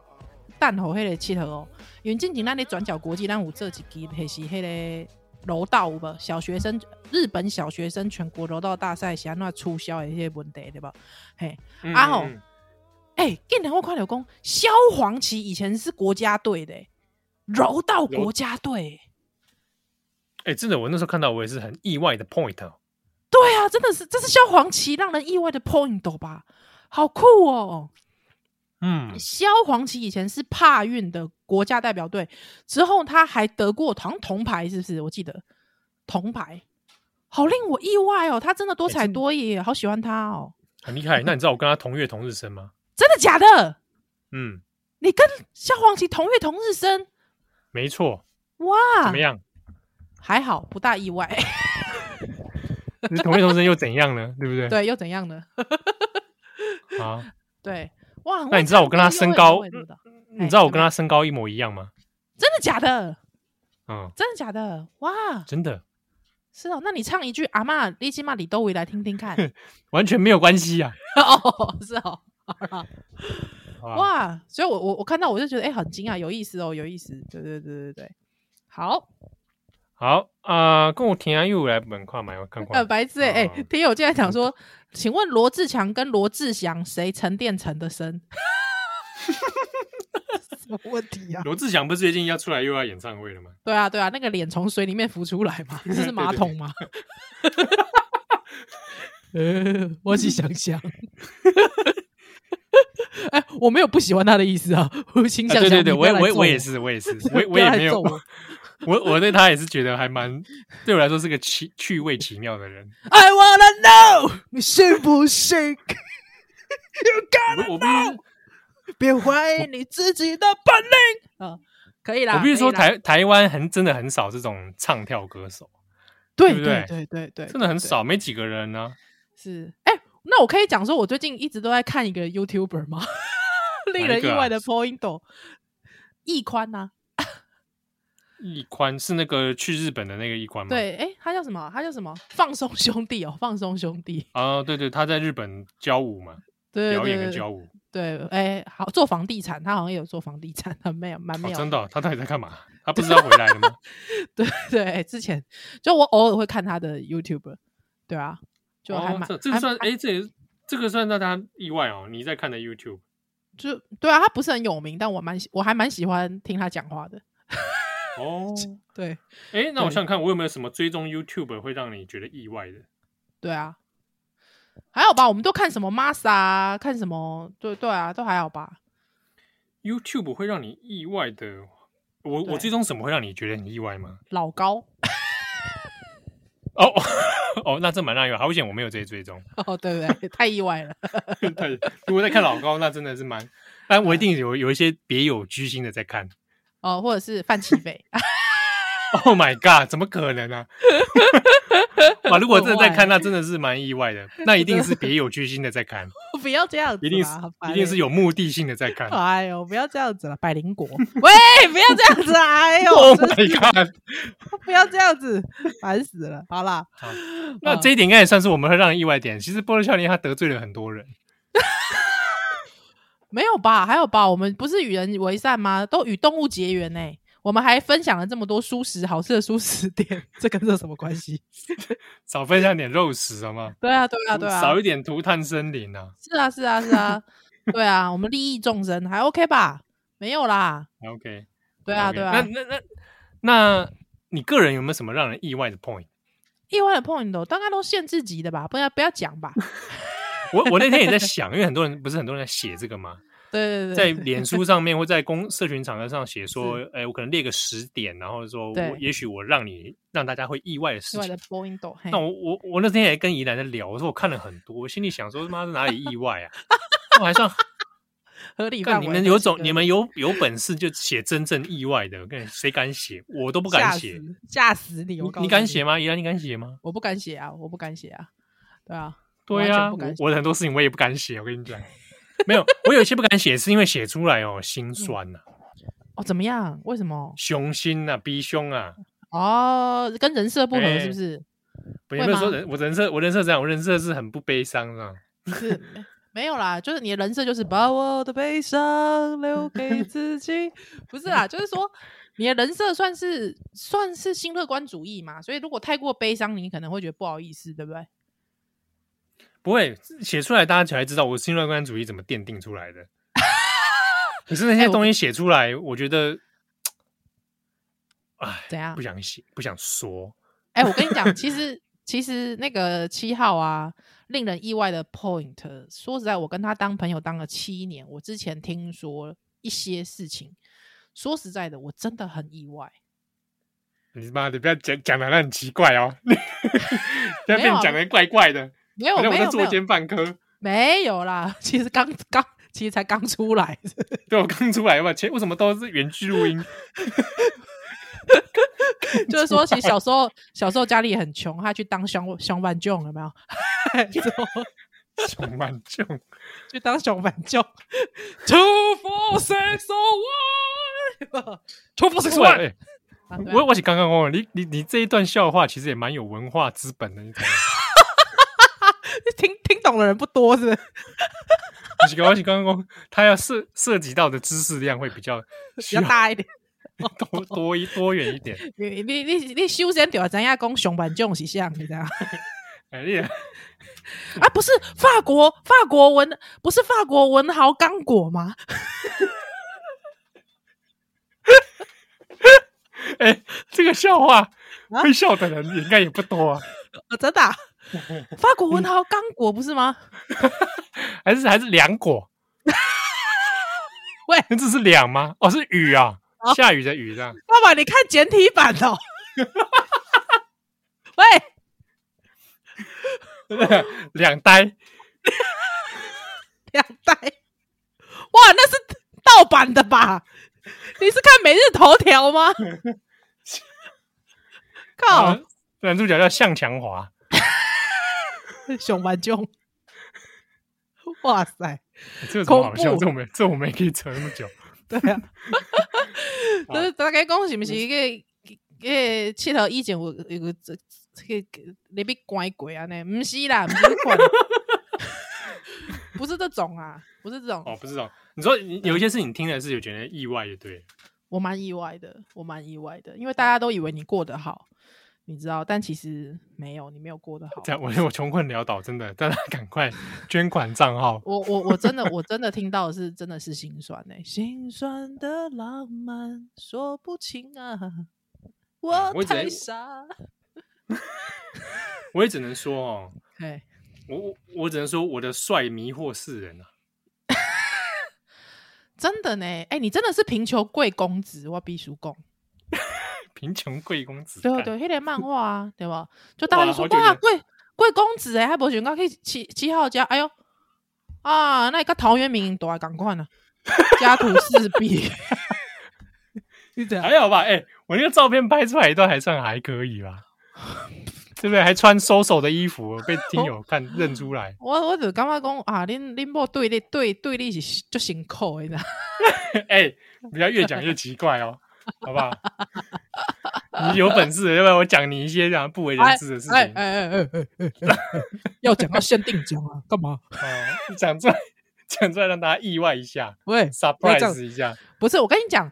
Speaker 3: 等候迄个七号哦，因为之前咱咧转角国际，咱有做一期，迄是迄个柔道有无？小学生日本小学生全国柔道大赛是安怎促销的迄个问题对无？嘿，
Speaker 2: 嗯
Speaker 3: 啊吼
Speaker 2: 嗯嗯
Speaker 3: 哎、竟然我看到讲萧煌奇以前是国家队的、柔道国家队欸、
Speaker 2: 哎、真的，我那时候看到我也是很意外的 point 哦。
Speaker 3: 对啊，真的是这是萧煌奇让人意外的 point 吧，好酷哦！
Speaker 2: 嗯，
Speaker 3: 萧煌奇以前是帕运的国家代表队，之后他还得过好像铜牌，是不是？我记得铜牌，好令我意外哦！他真的
Speaker 2: 哎
Speaker 3: 多才多艺，好喜欢他哦！
Speaker 2: 很厉害。那你知道我跟他同月同日生吗？
Speaker 3: 真的假的？
Speaker 2: 嗯，
Speaker 3: 你跟萧煌奇同月同日生？
Speaker 2: 没错。
Speaker 3: 哇，
Speaker 2: 怎么样？
Speaker 3: 还好，不大意外。 (laughs)
Speaker 2: 你同月同日生又怎样呢？对不对？
Speaker 3: 对，又怎样呢？
Speaker 2: 啊，
Speaker 3: 对，哇！
Speaker 2: 那你知道我跟他身高
Speaker 3: 我也知道
Speaker 2: 你知道我跟
Speaker 3: 哎
Speaker 2: 他身高一模一样吗？
Speaker 3: 真的假的？
Speaker 2: 嗯，
Speaker 3: 真的假的？哇，
Speaker 2: 真的
Speaker 3: 是哦。那你唱一句阿嬷，你起码李都维来听
Speaker 2: (laughs)
Speaker 3: 听看。
Speaker 2: 完全没有关系啊！
Speaker 3: 哦，是哦，
Speaker 2: (laughs) 好吧，
Speaker 3: 哇！所以我我我看到我就觉得哎、很惊讶，有意思哦，有意思。对对对对对，好，
Speaker 2: 好啊、跟我听友来本看买，我看
Speaker 3: 呃，
Speaker 2: 看。
Speaker 3: 白痴哎、
Speaker 2: 哦
Speaker 3: 哎，听友竟然
Speaker 2: (laughs)
Speaker 3: 讲说，请问罗志强跟罗志祥谁沉淀成的深？ (laughs) 什么问题啊？
Speaker 2: 罗志祥不是最近要出来又要演唱会了吗？
Speaker 3: 对啊，对啊，那个脸从水里面浮出来嘛，这是马桶吗？呃， (laughs) 我去想想。哎，我没有不喜欢他的意思啊，我请
Speaker 2: 啊、
Speaker 3: 想
Speaker 2: 对
Speaker 3: 想。
Speaker 2: 对对，
Speaker 3: 你不
Speaker 2: 我
Speaker 3: 要
Speaker 2: 也
Speaker 3: 来
Speaker 2: 我也
Speaker 3: 揍
Speaker 2: 我也，是我也是 (laughs) 我也
Speaker 3: 不
Speaker 2: 我
Speaker 3: 要
Speaker 2: 也
Speaker 3: 来
Speaker 2: 没有
Speaker 3: 揍我
Speaker 2: 我我对他也是觉得还蛮对我来说是个奇趣味奇妙的 (laughs) 人。
Speaker 3: I wanna know，你信不信？
Speaker 2: 我我必须
Speaker 3: 别怀疑你自己的本领啊！可以啦，
Speaker 2: 我必须说
Speaker 3: 可以啦
Speaker 2: 台台湾很真的很少这种唱跳歌手，
Speaker 3: 对
Speaker 2: 对不
Speaker 3: 对
Speaker 2: 对
Speaker 3: 对对对，
Speaker 2: 真的很
Speaker 3: 对。
Speaker 2: 少，没几个人啊呢、
Speaker 3: 是，哎、那我可以讲说，我最近一直都在看一个 YouTuber 吗？ (laughs) 令人意外
Speaker 2: 啊
Speaker 3: 的 point，易宽呐、
Speaker 2: 一宽是那个去日本的那个一宽吗？
Speaker 3: 对，哎、他叫什么？他叫什么？放松兄弟哦，放松兄弟，
Speaker 2: 啊，对对，他在日本教舞嘛，
Speaker 3: 对
Speaker 2: 表
Speaker 3: 对
Speaker 2: 演跟
Speaker 3: 对
Speaker 2: 教舞。
Speaker 3: 对，哎、好做房地产，他好像也有做房地产，很没有，蛮
Speaker 2: 哦
Speaker 3: 没，有，
Speaker 2: 真的哦、他到底在干嘛？他不知道回来了吗？
Speaker 3: 对对、哎之前就我偶尔会看他的 YouTube，对啊， (laughs) 就还
Speaker 2: 哦
Speaker 3: 蛮、
Speaker 2: 这这个
Speaker 3: 还
Speaker 2: 算
Speaker 3: 还
Speaker 2: 哎，这也这个算让大家意外哦。你在看的 YouTube
Speaker 3: 就对啊，他不是很有名，但我蛮喜我还蛮喜欢听他讲话的，
Speaker 2: 哦，
Speaker 3: 对
Speaker 2: 哎，那我想
Speaker 3: 对
Speaker 2: 想看，我有没有什么追踪 YouTube 会让你觉得意外的？
Speaker 3: 对啊，还好吧？我们都看什么 Masa，啊看什么？对对啊，都还好吧？
Speaker 2: YouTube 会让你意外的，我
Speaker 3: 对
Speaker 2: 我最终什么会让你觉得很意外吗？
Speaker 3: 老高
Speaker 2: 哦 (laughs) 哦，那这蛮让意外，好险我没有这些追踪。 (laughs)
Speaker 3: 哦，对不对？太意外了。
Speaker 2: 对，如果在看老高，那真的是蛮，但我一定有有一些别有居心的在看。
Speaker 3: 哦，或者是范奇飞，
Speaker 2: (laughs) Oh my god！怎么可能啊？ (laughs) 哇，如果真的在看，那真的是蛮意外
Speaker 3: (laughs)
Speaker 2: 的。那一定是别有居心的在看，
Speaker 3: (laughs) 不要这样子啦，
Speaker 2: 一定是
Speaker 3: 好烦
Speaker 2: 一定是
Speaker 3: 欸。
Speaker 2: 有目的性的在看。，Oh
Speaker 3: 哎呦，不要这样子了，百 (laughs) 灵果，喂，不要这样子啊！哎呦
Speaker 2: Oh，my god！
Speaker 3: 不要这样子，烦死了。好啦，
Speaker 2: 那这一点应该也算是我们会让人意外点。其实波多少年他得罪了很多人，
Speaker 3: 没有吧？还有吧？我们不是与人为善吗？都与动物结缘呢、我们还分享了这么多素食好吃的素食店，这跟这有什么关系？
Speaker 2: 少分享点肉食好吗？
Speaker 3: 对啊，对啊，对啊，
Speaker 2: 少一点涂炭森林啊，
Speaker 3: 是啊，是啊，是
Speaker 2: (laughs)
Speaker 3: 啊，对啊，我们利益众生还 OK 吧？没有啦，
Speaker 2: 还 OK。
Speaker 3: 对啊，
Speaker 2: OK
Speaker 3: 对
Speaker 2: 那
Speaker 3: 啊，
Speaker 2: 那那那你个人有没有什么让人意外的 point？
Speaker 3: 意外的 point 哦大概都限制级的吧，不要不要讲
Speaker 2: (laughs)
Speaker 3: 吧。
Speaker 2: 我我那天也在想，因为很多人不是很多人在写这个吗？
Speaker 3: 对对
Speaker 2: 在
Speaker 3: 对，
Speaker 2: 脸书上面或在公社群场合上写说
Speaker 3: 是，
Speaker 2: 哎，我可能列个十点，然后说
Speaker 3: 对
Speaker 2: 我也许我让你让大家会意外的
Speaker 3: 意
Speaker 2: 事
Speaker 3: 外
Speaker 2: 情 (laughs)
Speaker 3: 的。point 哦嘿
Speaker 2: 那我我我那天也跟怡兰在聊，我说我看了很多，我心里想说他妈是哪里意外啊？我还
Speaker 3: (laughs)
Speaker 2: 算
Speaker 3: 合理范
Speaker 2: 干
Speaker 3: 围。
Speaker 2: 你们有种，你们有有本事就写真正意外的，我跟你谁敢写？我都不
Speaker 3: 不
Speaker 2: 敢写。，
Speaker 3: 吓死你！
Speaker 2: 你
Speaker 3: 我告诉
Speaker 2: 你敢写？吗？怡兰，你敢写吗？
Speaker 3: 我不敢写啊，我不敢写啊，对啊，
Speaker 2: 对
Speaker 3: 完
Speaker 2: 呀、
Speaker 3: 全
Speaker 2: 我
Speaker 3: 不敢写
Speaker 2: 我很多事情我也不敢写，我跟你讲，没有，我有一些不敢写，是因为写出来哦，
Speaker 3: 嗯
Speaker 2: 心酸呐、
Speaker 3: 哦，怎么样？为什么？
Speaker 2: 雄心呐、逼胸啊。
Speaker 3: 哦，跟人设不合
Speaker 2: 哎
Speaker 3: 是不是？
Speaker 2: 不，
Speaker 3: 会
Speaker 2: 有没有说
Speaker 3: 吗
Speaker 2: 人？我人设，我人设这样，我人设是很不悲伤的。
Speaker 3: 你是没有啦，就是你的人设就是把我的悲伤留
Speaker 2: (laughs)
Speaker 3: 给自己，不是啦，就是说你的人设算是算是新乐观主义嘛，所以如果太过悲伤，你可能会觉得不好意思，对不对？
Speaker 2: 不会写出来，大家才知道我新乐观主义怎么奠定出来的。可是那些
Speaker 3: 哎我
Speaker 2: 东西写出来，我觉得，哎，
Speaker 3: 怎样
Speaker 2: 不？想写，不想说。
Speaker 3: 哎、我跟你讲，其实其实那个七号啊，令人意外的 point，说实在，我跟他当朋友当了七年，我之前听说一些事情，说实在的，我真的很意外。
Speaker 2: 你妈的，不要讲讲的很奇怪哦， (laughs) 不要
Speaker 3: 没
Speaker 2: 被
Speaker 3: 有啊
Speaker 2: 你讲的怪怪的，
Speaker 3: 没有，
Speaker 2: 好像
Speaker 3: 没
Speaker 2: 我在
Speaker 3: 有，没
Speaker 2: 作
Speaker 3: 有，
Speaker 2: 奸犯科。
Speaker 3: 没有啦。其实刚刚，其实才刚出来， (laughs)
Speaker 2: 对，我刚出来嘛，前为什么都是原剧录音？
Speaker 3: 就是说，其实小时候小时候家里也很穷，他去当熊熊板舅有没 (laughs) 有？之后
Speaker 2: 熊蛮重，
Speaker 3: 去当熊板舅，two four six oh (laughs) one，two four six
Speaker 2: 哇
Speaker 3: one
Speaker 2: 哎
Speaker 3: 啊。对啊
Speaker 2: 我我是刚刚哦，你你你这一段笑话其实也蛮有文化资本的，你知道吗？
Speaker 3: 听听懂的人不多是不是？
Speaker 2: 我是刚我是刚刚他要涉涉及到的知识量会比较
Speaker 3: 比
Speaker 2: 需
Speaker 3: 较
Speaker 2: 要
Speaker 3: 大一点。
Speaker 2: 多多一多远一点。
Speaker 3: 你你你你修身掉，咱要讲熊板这种是像你知道吗 (laughs)
Speaker 2: 哎呀，
Speaker 3: 啊？不是法国法国文，不是法国文豪刚果吗？ (laughs)
Speaker 2: 哎，这个笑话会笑的人应该也不多啊，
Speaker 3: 啊真 (laughs) 的啊、法国文豪刚果不是吗？
Speaker 2: 还是还是两果？
Speaker 3: (laughs) 喂，
Speaker 2: 那这是两吗？哦，是雨啊，下雨的雨这样。
Speaker 3: 爸爸，你看简体版哦。 (laughs) 喂，
Speaker 2: 两呆，
Speaker 3: 两代，哇，那是盗版的吧？你是看每日头条吗？靠哦
Speaker 2: 啊，男主角叫向强华，
Speaker 3: 熊蛮囧！哇塞，
Speaker 2: 这有什么好
Speaker 3: 恐
Speaker 2: 笑？
Speaker 3: 怖
Speaker 2: 这我们这我们也可以扯那么久。
Speaker 3: 对啊，就是大概讲是不是一个个七头以前有有个这这个你被关鬼啊？呢，不是啦，不是关，不是这种啊，不是这种，
Speaker 2: 哦，不是哦，你说你有一些事情听了是有觉得意外的，对了，
Speaker 3: 我蛮意外的，我蛮意外的，因为大家都以为你过得好，你知道，但其实没有，你没有过得好
Speaker 2: 这。样我我穷困潦倒，真的，大家赶快捐款账号。
Speaker 3: 我我我真的我真的听到的是真的是心酸呢、 (laughs) 心酸的浪漫说不清啊，
Speaker 2: 哎我
Speaker 3: 我
Speaker 2: 一直在
Speaker 3: 太傻。 (laughs)
Speaker 2: 我也只能说哦，
Speaker 3: 对，
Speaker 2: 我我我只能说我的帅迷惑世人啊！
Speaker 3: 真的呢，哎、你真的是贫穷贵公子，我必须讲。
Speaker 2: 贫穷贵公子，
Speaker 3: 对
Speaker 2: 干
Speaker 3: 对，迄个漫画啊，对吧？就大家就
Speaker 2: 哇
Speaker 3: 说
Speaker 2: 好久
Speaker 3: 哇，
Speaker 2: 远
Speaker 3: 贵贵公子哎，还无想到去七七号家，哎哟啊，那个陶渊明大赶快呢，啊家徒四壁， (laughs) 是这样，。
Speaker 2: 还好吧？哎、我那个照片拍出来都还算还可以吧，对不对？还穿收手的衣服，被听友看认出来
Speaker 3: (laughs) 我我就感觉讲啊，恁恁某对你对对你是就辛苦的，
Speaker 2: 哎、不要越讲越奇怪哦，好不好？你有本事，要不然我讲你一些这样不为人知的事
Speaker 3: 哎哎
Speaker 2: 情。
Speaker 3: 哎哎哎哎哎，
Speaker 2: (laughs)
Speaker 3: 要讲到限定奖啊，干嘛？
Speaker 2: 哦，讲出来，讲出来让大家意外一下
Speaker 3: 喂，不要
Speaker 2: ，surprise
Speaker 3: 这
Speaker 2: 一下。
Speaker 3: 不是，我跟你讲，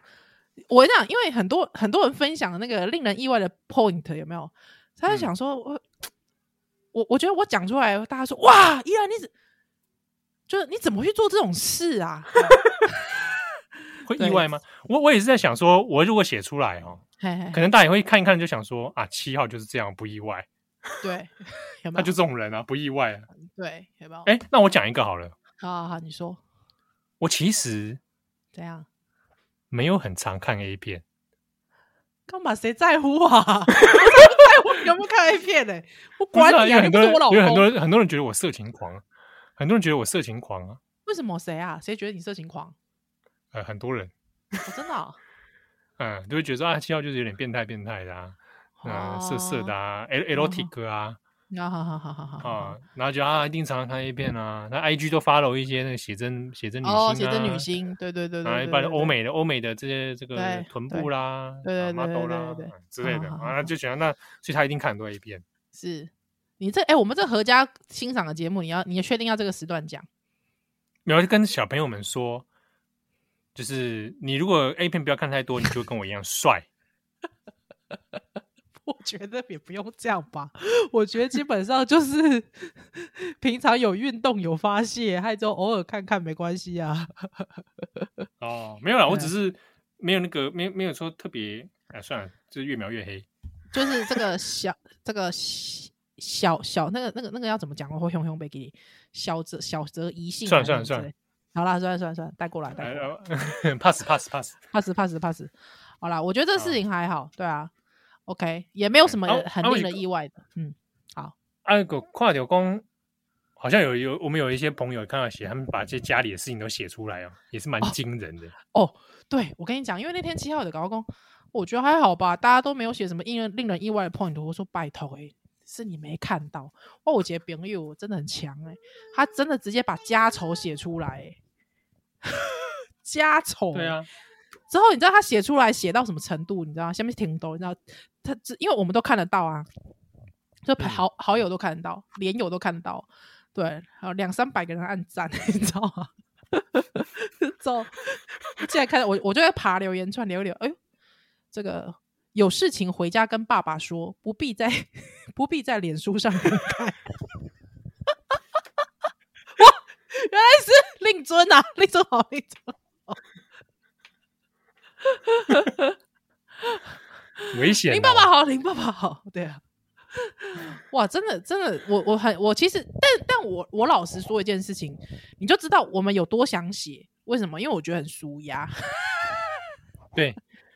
Speaker 3: 我跟你讲，因为很多很多人分享的那个令人意外的 point 有没有？他
Speaker 2: 嗯
Speaker 3: 就想说，我我我觉得我讲出来，大家说哇，依然你怎就是你怎么去做这种事啊？ (laughs)
Speaker 2: 会
Speaker 3: 对
Speaker 2: 意外吗？我我也是在想说，我如果写出来哦，
Speaker 3: 嘿嘿
Speaker 2: 可能大家也会看一看，就想说啊，七号就是这样，不意外， (laughs)
Speaker 3: 对，有没
Speaker 2: 他
Speaker 3: 有？
Speaker 2: 就这种人啊，不意外啊。
Speaker 3: 对，有没有？
Speaker 2: 哎，那我讲一个好了，
Speaker 3: 好好好，你说
Speaker 2: 我其实
Speaker 3: 怎样？
Speaker 2: 没有很常看 A 片，
Speaker 3: 干嘛？谁在乎啊？ (laughs) 我才不在乎你有没有看 A 片呢、我
Speaker 2: 不
Speaker 3: 管
Speaker 2: 是啊
Speaker 3: 你
Speaker 2: 因为
Speaker 3: 啊！
Speaker 2: 很
Speaker 3: 又不
Speaker 2: 多
Speaker 3: 是
Speaker 2: 人
Speaker 3: 我老，
Speaker 2: 因为很多
Speaker 3: 公。
Speaker 2: 人很多人觉得我色情狂，很多人觉得我色情狂啊，
Speaker 3: 为什么谁啊？谁觉得你色情狂？
Speaker 2: 呃，很多人，
Speaker 3: 哦、真的哦、
Speaker 2: 嗯，就会觉得说啊，七号就是有点变态变态的 (laughs) 啊，嗯，色色的啊，L
Speaker 3: 哦
Speaker 2: L T 哥啊，
Speaker 3: 啊！好好好好好好
Speaker 2: 啊，然后就啊，一定常常看 A 片啊，那 I G 都 follow 一些那个写真写真女星
Speaker 3: 哦，
Speaker 2: 啊，
Speaker 3: 写真女星，对对对对，
Speaker 2: 啊，一
Speaker 3: 对
Speaker 2: 般的欧。
Speaker 3: 对对
Speaker 2: 美的欧美的这些这个
Speaker 3: 对
Speaker 2: 臀
Speaker 3: 对
Speaker 2: 部啦、
Speaker 3: 对
Speaker 2: 啊
Speaker 3: 对对
Speaker 2: model
Speaker 3: 对
Speaker 2: 啦
Speaker 3: 对对
Speaker 2: 啊之类的
Speaker 3: 好好好
Speaker 2: 啊，
Speaker 3: 好
Speaker 2: 就觉得那所以他一定看很多 A 片。
Speaker 3: 是你这哎、我们这合家欣赏的节目，你要你要确定要这个时段讲 (laughs)
Speaker 2: 你要跟小朋友们说，就是你如果 A 片不要看太多，你就会跟我一样帅。
Speaker 3: 我觉得也不用这样吧，我觉得基本上就是 (laughs) 平常有运动有发泄，还就偶尔看看没关系啊。 (laughs)
Speaker 2: 哦，没有啦，我
Speaker 3: 对啊
Speaker 2: 只是没有那个没有没有说特别，哎、算了，就是越描越黑。
Speaker 3: 就是这个小这个小小小那个那个那个要怎么讲？我会熊熊被给你小则小则疑性
Speaker 2: 算
Speaker 3: 还
Speaker 2: 了
Speaker 3: 是什
Speaker 2: 算了
Speaker 3: 么之类的。
Speaker 2: 算了
Speaker 3: 好啦，算了算了算了，带过来带过
Speaker 2: 哎
Speaker 3: 来。
Speaker 2: 呃 (laughs) pass pass pass。
Speaker 3: pass pass pass。好啦，我觉得这
Speaker 2: 好
Speaker 3: 事情还好，对啊，OK，也没有什么
Speaker 2: 啊
Speaker 3: 很
Speaker 2: 啊我
Speaker 3: 令
Speaker 2: 有
Speaker 3: 人
Speaker 2: 个
Speaker 3: 意外的，嗯，
Speaker 2: 啊，个跨流工好像有有我们有一些朋友看到写，他们把这些家里的事情都写出来哦，也是蛮
Speaker 3: 哦
Speaker 2: 惊人的。
Speaker 3: 哦，对我跟你讲，因为那天七号的高工，我觉得还好吧，大家都没有写什么令人令人意外的 point，我说拜托诶、是你没看到，哇！我姐朋友真的很强诶、他真的直接把家丑写出来、欸， (laughs) 家丑、
Speaker 2: 对啊，
Speaker 3: 之后你知道他写出来写到什么程度？你知道吗下面挺多，你知道他只因为我们都看得到啊，就
Speaker 2: 嗯
Speaker 3: 好好友都看得到，连友都看得到，对，还有两三百个人按赞， (laughs) 你知道吗？之后现在看到我，我就在爬留言串留一留，哎呦，这个有事情回家跟爸爸说，不必在 (laughs) 不必在脸书上公开。 (laughs) 哇，原来是令尊啊，令尊好，令尊。
Speaker 2: 危险、哦。
Speaker 3: 林爸爸好，林爸爸好，对啊。哇，真的，真的，我我很我其实，但但我我老实说一件事情，你就知道我们有多想写。为什么？因为我觉得很舒压。 (laughs)
Speaker 2: 对，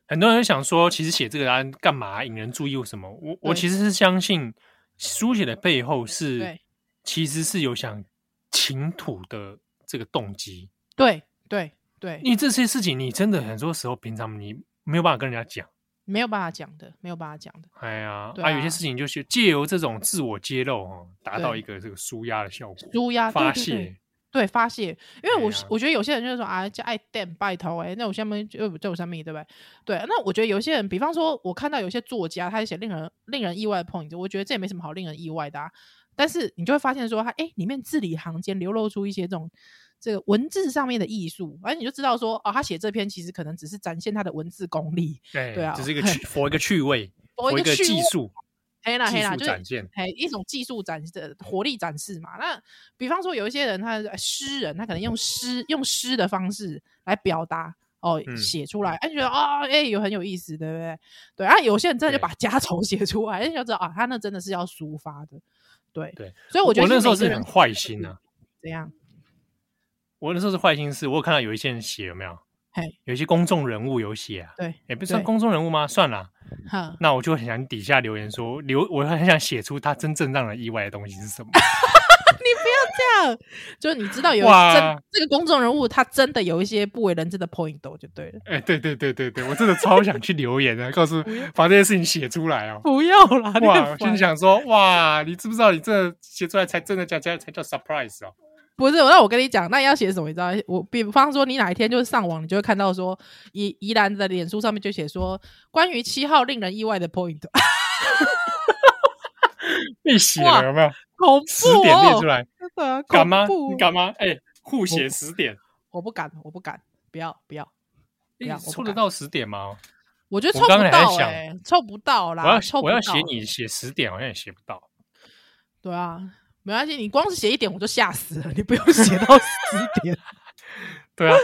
Speaker 2: 很多人想说，其实写这个答案干嘛引人注意？为什么？我我
Speaker 3: 对
Speaker 2: 其实是相信书写的背后是
Speaker 3: 对，
Speaker 2: 其实是有想倾吐的这个动机。
Speaker 3: 对对对，
Speaker 2: 因为这些事情，你真的很多时候平常你没有办法跟人家讲。
Speaker 3: 没有办法讲的，没有办法讲的。
Speaker 2: 哎呀，
Speaker 3: 对
Speaker 2: 啊，有
Speaker 3: 啊
Speaker 2: 些事情就是借由这种自我揭露哦，达到
Speaker 3: 对
Speaker 2: 一个这个舒压的效果，
Speaker 3: 舒压对
Speaker 2: 发
Speaker 3: 对
Speaker 2: 泄。
Speaker 3: 对对发泄，因为
Speaker 2: 对
Speaker 3: 我、
Speaker 2: 啊
Speaker 3: 我觉得有些人就是说啊，就爱电拜托哎、那我下面就就有上面对不对？对，那我觉得有些人，比方说我看到有些作家，他写令人令人意外的 point，我觉得这也没什么好令人意外的啊。但是你就会发现说，他哎、里面字里行间流露出一些这种这个文字上面的艺术，而你就知道说哦，他写这篇其实可能只是展现他的文字功力，
Speaker 2: 对
Speaker 3: 对啊
Speaker 2: 只是一
Speaker 3: (laughs)
Speaker 2: 个趣，佛一个趣味，
Speaker 3: 佛
Speaker 2: 佛
Speaker 3: 一个
Speaker 2: 一个
Speaker 3: 趣
Speaker 2: 技
Speaker 3: 味
Speaker 2: 术，
Speaker 3: 黑啦
Speaker 2: 技
Speaker 3: 黑啦，
Speaker 2: 术
Speaker 3: 就是
Speaker 2: 展现。
Speaker 3: 哎，一种技术展的活力展示嘛。那比方说有一些人他，呃诗人，他可能用诗用诗的方式来表达哦，
Speaker 2: 嗯
Speaker 3: 写出来，哎、你觉得啊，哎、有很有意思，对不对？对啊，有些人真的就
Speaker 2: 对
Speaker 3: (laughs) 把家丑写出来，哎你就知道啊，他那真的是要抒发的。对
Speaker 2: 对，
Speaker 3: 所以我觉得
Speaker 2: 那时候
Speaker 3: 每个
Speaker 2: 是
Speaker 3: 人
Speaker 2: 很坏心啊，
Speaker 3: 怎样，
Speaker 2: 我那时候是坏心事，我有看到有一些人写有没有？
Speaker 3: 嘿，
Speaker 2: 有一些公众人物有写啊，
Speaker 3: 对，
Speaker 2: 也不算
Speaker 3: 对
Speaker 2: 公众人物吗？算了，
Speaker 3: 哈，
Speaker 2: 那我就很想底下留言说，留我很想写出他真正让人意外的东西是什么。 (laughs)
Speaker 3: 这样就是你知道有
Speaker 2: 哇
Speaker 3: 真这个公众人物，他真的有一些不为人知的 point 哦就对了。
Speaker 2: 哎、对对对对对，我真的超想去留言的，告诉
Speaker 3: 嗯
Speaker 2: 把这件事情写出来哦。
Speaker 3: 不要啦，你
Speaker 2: 哇，我心
Speaker 3: 很烦
Speaker 2: 里。想说，哇，你知不知道你这写出来才真的假假才叫 surprise 哦？
Speaker 3: 不是，那我跟你讲，那要写什么？你知道，我比方说，你哪一天就是上网，你就会看到说，宜宜兰的脸书上面就写说，关于七号令人意外的 point，
Speaker 2: 被写
Speaker 3: 哇
Speaker 2: 了有没有？
Speaker 3: 恐
Speaker 2: 十
Speaker 3: 怖
Speaker 2: 点列出
Speaker 3: 哦，
Speaker 2: 来， (laughs)
Speaker 3: 真的
Speaker 2: 敢吗？
Speaker 3: 恐怖
Speaker 2: 你敢吗？哎、互写十点，
Speaker 3: 我不敢，我不敢，不要不要，不
Speaker 2: 哎
Speaker 3: 要，
Speaker 2: 凑
Speaker 3: 我不
Speaker 2: 得
Speaker 3: 敢
Speaker 2: 到十点吗？
Speaker 3: 我觉得
Speaker 2: 我
Speaker 3: 凑不
Speaker 2: 刚才还在
Speaker 3: 到
Speaker 2: 想
Speaker 3: 哎，凑不到
Speaker 2: 我
Speaker 3: 啦，
Speaker 2: 要
Speaker 3: 凑不
Speaker 2: 我要
Speaker 3: 到
Speaker 2: 写你写十点，好像也写不到。
Speaker 3: 对啊，没关系，你光是写一点我就吓死了，你不用
Speaker 2: (laughs)
Speaker 3: 写到十点，
Speaker 2: 对啊，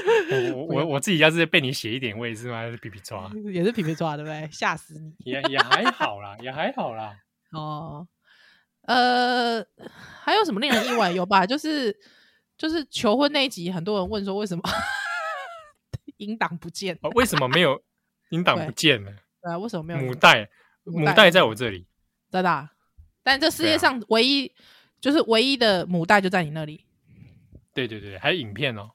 Speaker 2: 我 (laughs) 我我我自己要是被你写一点，我也是妈的皮皮抓，
Speaker 3: 也是皮皮抓对不对？吓死你
Speaker 2: (laughs) 也也还好啦，也还好啦。
Speaker 3: 哦。呃，还有什么令人意外？有吧？就是就是求婚那一集，很多人问说为什么音档不见？
Speaker 2: 哦，为什么没 (laughs) 有音档
Speaker 3: 对
Speaker 2: 不见了？
Speaker 3: 对啊，为什么没有
Speaker 2: 母带
Speaker 3: 母
Speaker 2: 母
Speaker 3: 带
Speaker 2: 带在我这里，
Speaker 3: 真的啊？但这世
Speaker 2: 对
Speaker 3: 界
Speaker 2: 啊
Speaker 3: 上唯一、就是唯一的母带就在你
Speaker 2: (laughs)
Speaker 3: 那里
Speaker 2: 对对对，还有影片 (laughs) 哦。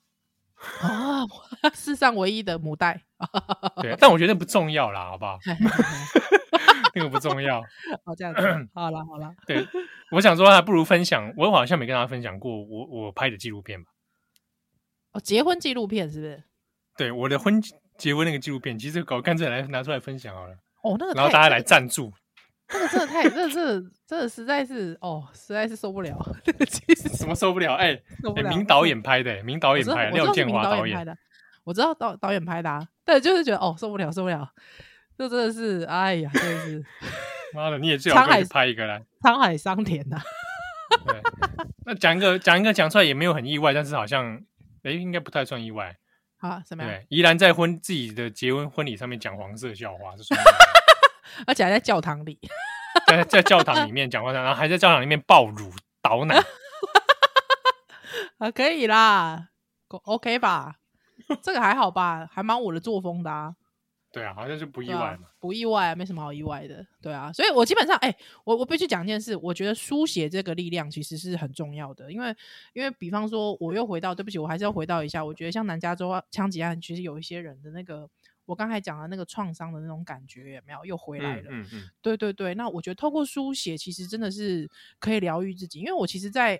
Speaker 3: 啊！世上唯一的母带，
Speaker 2: 对，但我觉得不重要啦，好不好？那个不重要。
Speaker 3: 好哦这样
Speaker 2: 嗯
Speaker 3: 子，好了好了，
Speaker 2: 对，我想说，还不如分享。我好像没跟大家分享过我我拍的纪录片吧？
Speaker 3: 哦，结婚纪录片是不是？
Speaker 2: 对，我的婚结婚那个纪录片，其实搞干脆来拿出来分享 (laughs) 好了，
Speaker 3: 哦，那个
Speaker 2: 然后
Speaker 3: 太
Speaker 2: 大家来赞助。
Speaker 3: 这个真的太，这个真的真的实在是哦，实在是受不了， (laughs) 这个其实
Speaker 2: (laughs) 什么受不了？哎、
Speaker 3: 受不
Speaker 2: 哎
Speaker 3: 了。
Speaker 2: 明导演拍的、哎明导
Speaker 3: 我
Speaker 2: 演
Speaker 3: 知道，
Speaker 2: 拍的，
Speaker 3: 我知
Speaker 2: 廖
Speaker 3: 道是
Speaker 2: 建
Speaker 3: 明
Speaker 2: 华
Speaker 3: 导
Speaker 2: 导演
Speaker 3: 演拍。的，我知道导导演拍的啊，但就是觉得哦，受不了，受不了，这真的是，哎呀，真的是
Speaker 2: 妈的，你也最好
Speaker 3: 沧海
Speaker 2: 去拍一个来。
Speaker 3: 沧海桑田呐、 (laughs)
Speaker 2: 对，那讲一个讲一个讲出来也没有很意外，但是好像哎、应该不太算意外。
Speaker 3: 啊，什么呀？
Speaker 2: 对，宜兰在婚自己的结婚婚礼上面讲黄色笑话是算意
Speaker 3: 而且还在教堂里， (laughs)
Speaker 2: 外的，在在教堂里面讲黄色，然后还在教堂里面爆乳倒奶，
Speaker 3: 啊，可以啦，go-，OK 吧？这个还好吧，还蛮我的作风的啊。
Speaker 2: 对啊，好像是不意
Speaker 3: 对
Speaker 2: 外
Speaker 3: 啊
Speaker 2: 嘛。，
Speaker 3: 不意外啊，没什么好意外的，对啊，所以我基本上，哎、我我必须讲一件事，我觉得书写这个力量其实是很重要的，因为因为比方说，我又回到，对不起，我还是要回到一下，我觉得像南加州啊枪击案，其实有一些人的那个，我刚才讲的那个创伤的那种感觉，有没有又回来
Speaker 2: 嗯
Speaker 3: 了？
Speaker 2: 嗯嗯，
Speaker 3: 对对对，那我觉得透过书写，其实真的是可以疗愈自己。因为我其实在，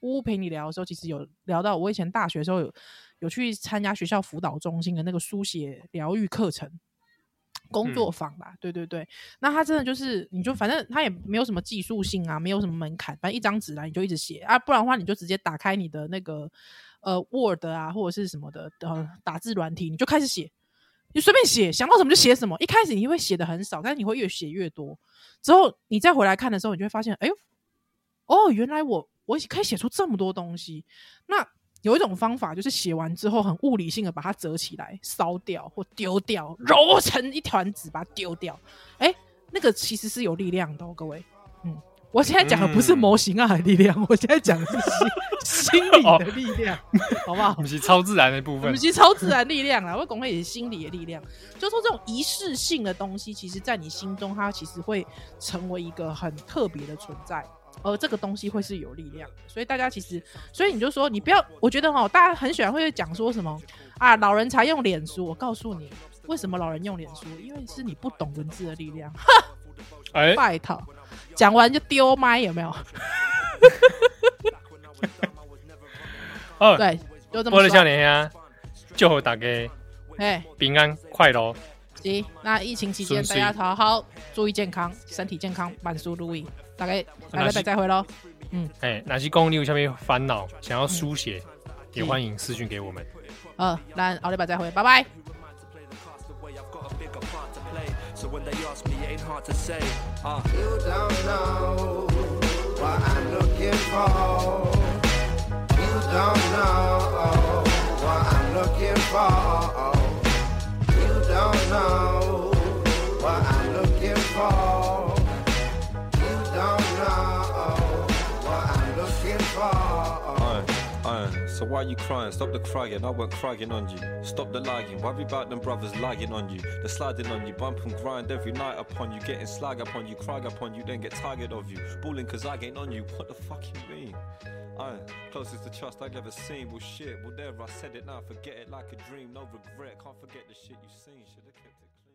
Speaker 3: 屋屋陪你聊的时候，其实有聊到我以前大学的时候有有去参加学校辅导中心的那个书写疗愈课程。工作坊吧，对对对，那他真的就是，你就反正他也没有什么技术性啊，没有什么门槛，反正一张纸来你就一直写啊，不然的话你就直接打开你的那个呃 Word 啊或者是什么的呃打字软体，你就开始写，你随便写，想到什么就写什么。一开始你会写的很少，但是你会越写越多。之后你再回来看的时候，你就会发现，哎呦，哦，原来我我可以写出这么多东西。那有一种方法就是写完之后很物理性的把它折起来、烧掉或丢掉，揉成一团纸把它丢掉。哎，那个其实是有力量的、哦，各位。嗯，我现在讲的不是
Speaker 2: 嗯
Speaker 3: 模型啊的力量，我现在讲的是心心理
Speaker 2: 哦
Speaker 3: 的力量，好不好
Speaker 2: 我？们是超自然的部
Speaker 3: 我
Speaker 2: 分
Speaker 3: 们。其实超自然力量啦，我讲的也是心理的力量。就说这种仪式性的东西，其实在你心中，它其实会成为一个很特别的存在，而这个东西会是有力量的。所以大家其实，所以你就说，你不要，我觉得哈，哦大家很喜欢会讲说什么啊，老人才用脸书。我告诉你，为什么老人用脸书？因为是你不懂文字的力量。
Speaker 2: 哎、
Speaker 3: 拜托，讲完就丢麦，有没有？
Speaker 2: 哦，
Speaker 3: 对，就这么
Speaker 2: 播了
Speaker 3: 说
Speaker 2: 少。年呀，祝福大家
Speaker 3: 哎，
Speaker 2: 平安快乐。哦
Speaker 3: 行，那疫情期间大
Speaker 2: 顺遂
Speaker 3: 家好好注意健康，身体健康，满书如意。大概大家
Speaker 2: 是
Speaker 3: 再会喽。
Speaker 2: 哎、哪些公你有下面烦恼想要书写，
Speaker 3: 嗯
Speaker 2: 也欢迎私讯给我们。
Speaker 3: 呃，那奥利拜再会，拜拜。
Speaker 6: I've got a bigger part to play, so when they ask me, it ain't hard to say. Uh,
Speaker 4: You don't know what I'm looking for. You don't know what I'm looking for. You don't know what I'm looking for. You don't know
Speaker 5: iron. Uh, So why you crying? Stop the crying, I weren't crying on you. Stop the lying, worry about them brothers lying on you. They're sliding on you, bump and grind every night upon you. Getting slag upon you, crying upon you, then get tired of you. Balling cause I ain't on you, what the fuck you mean? Iron, closest to trust I've ever seen. Well shit, well there I said it now, forget it like a dream, no regret. Can't forget the shit you've seen, should've kept it clean.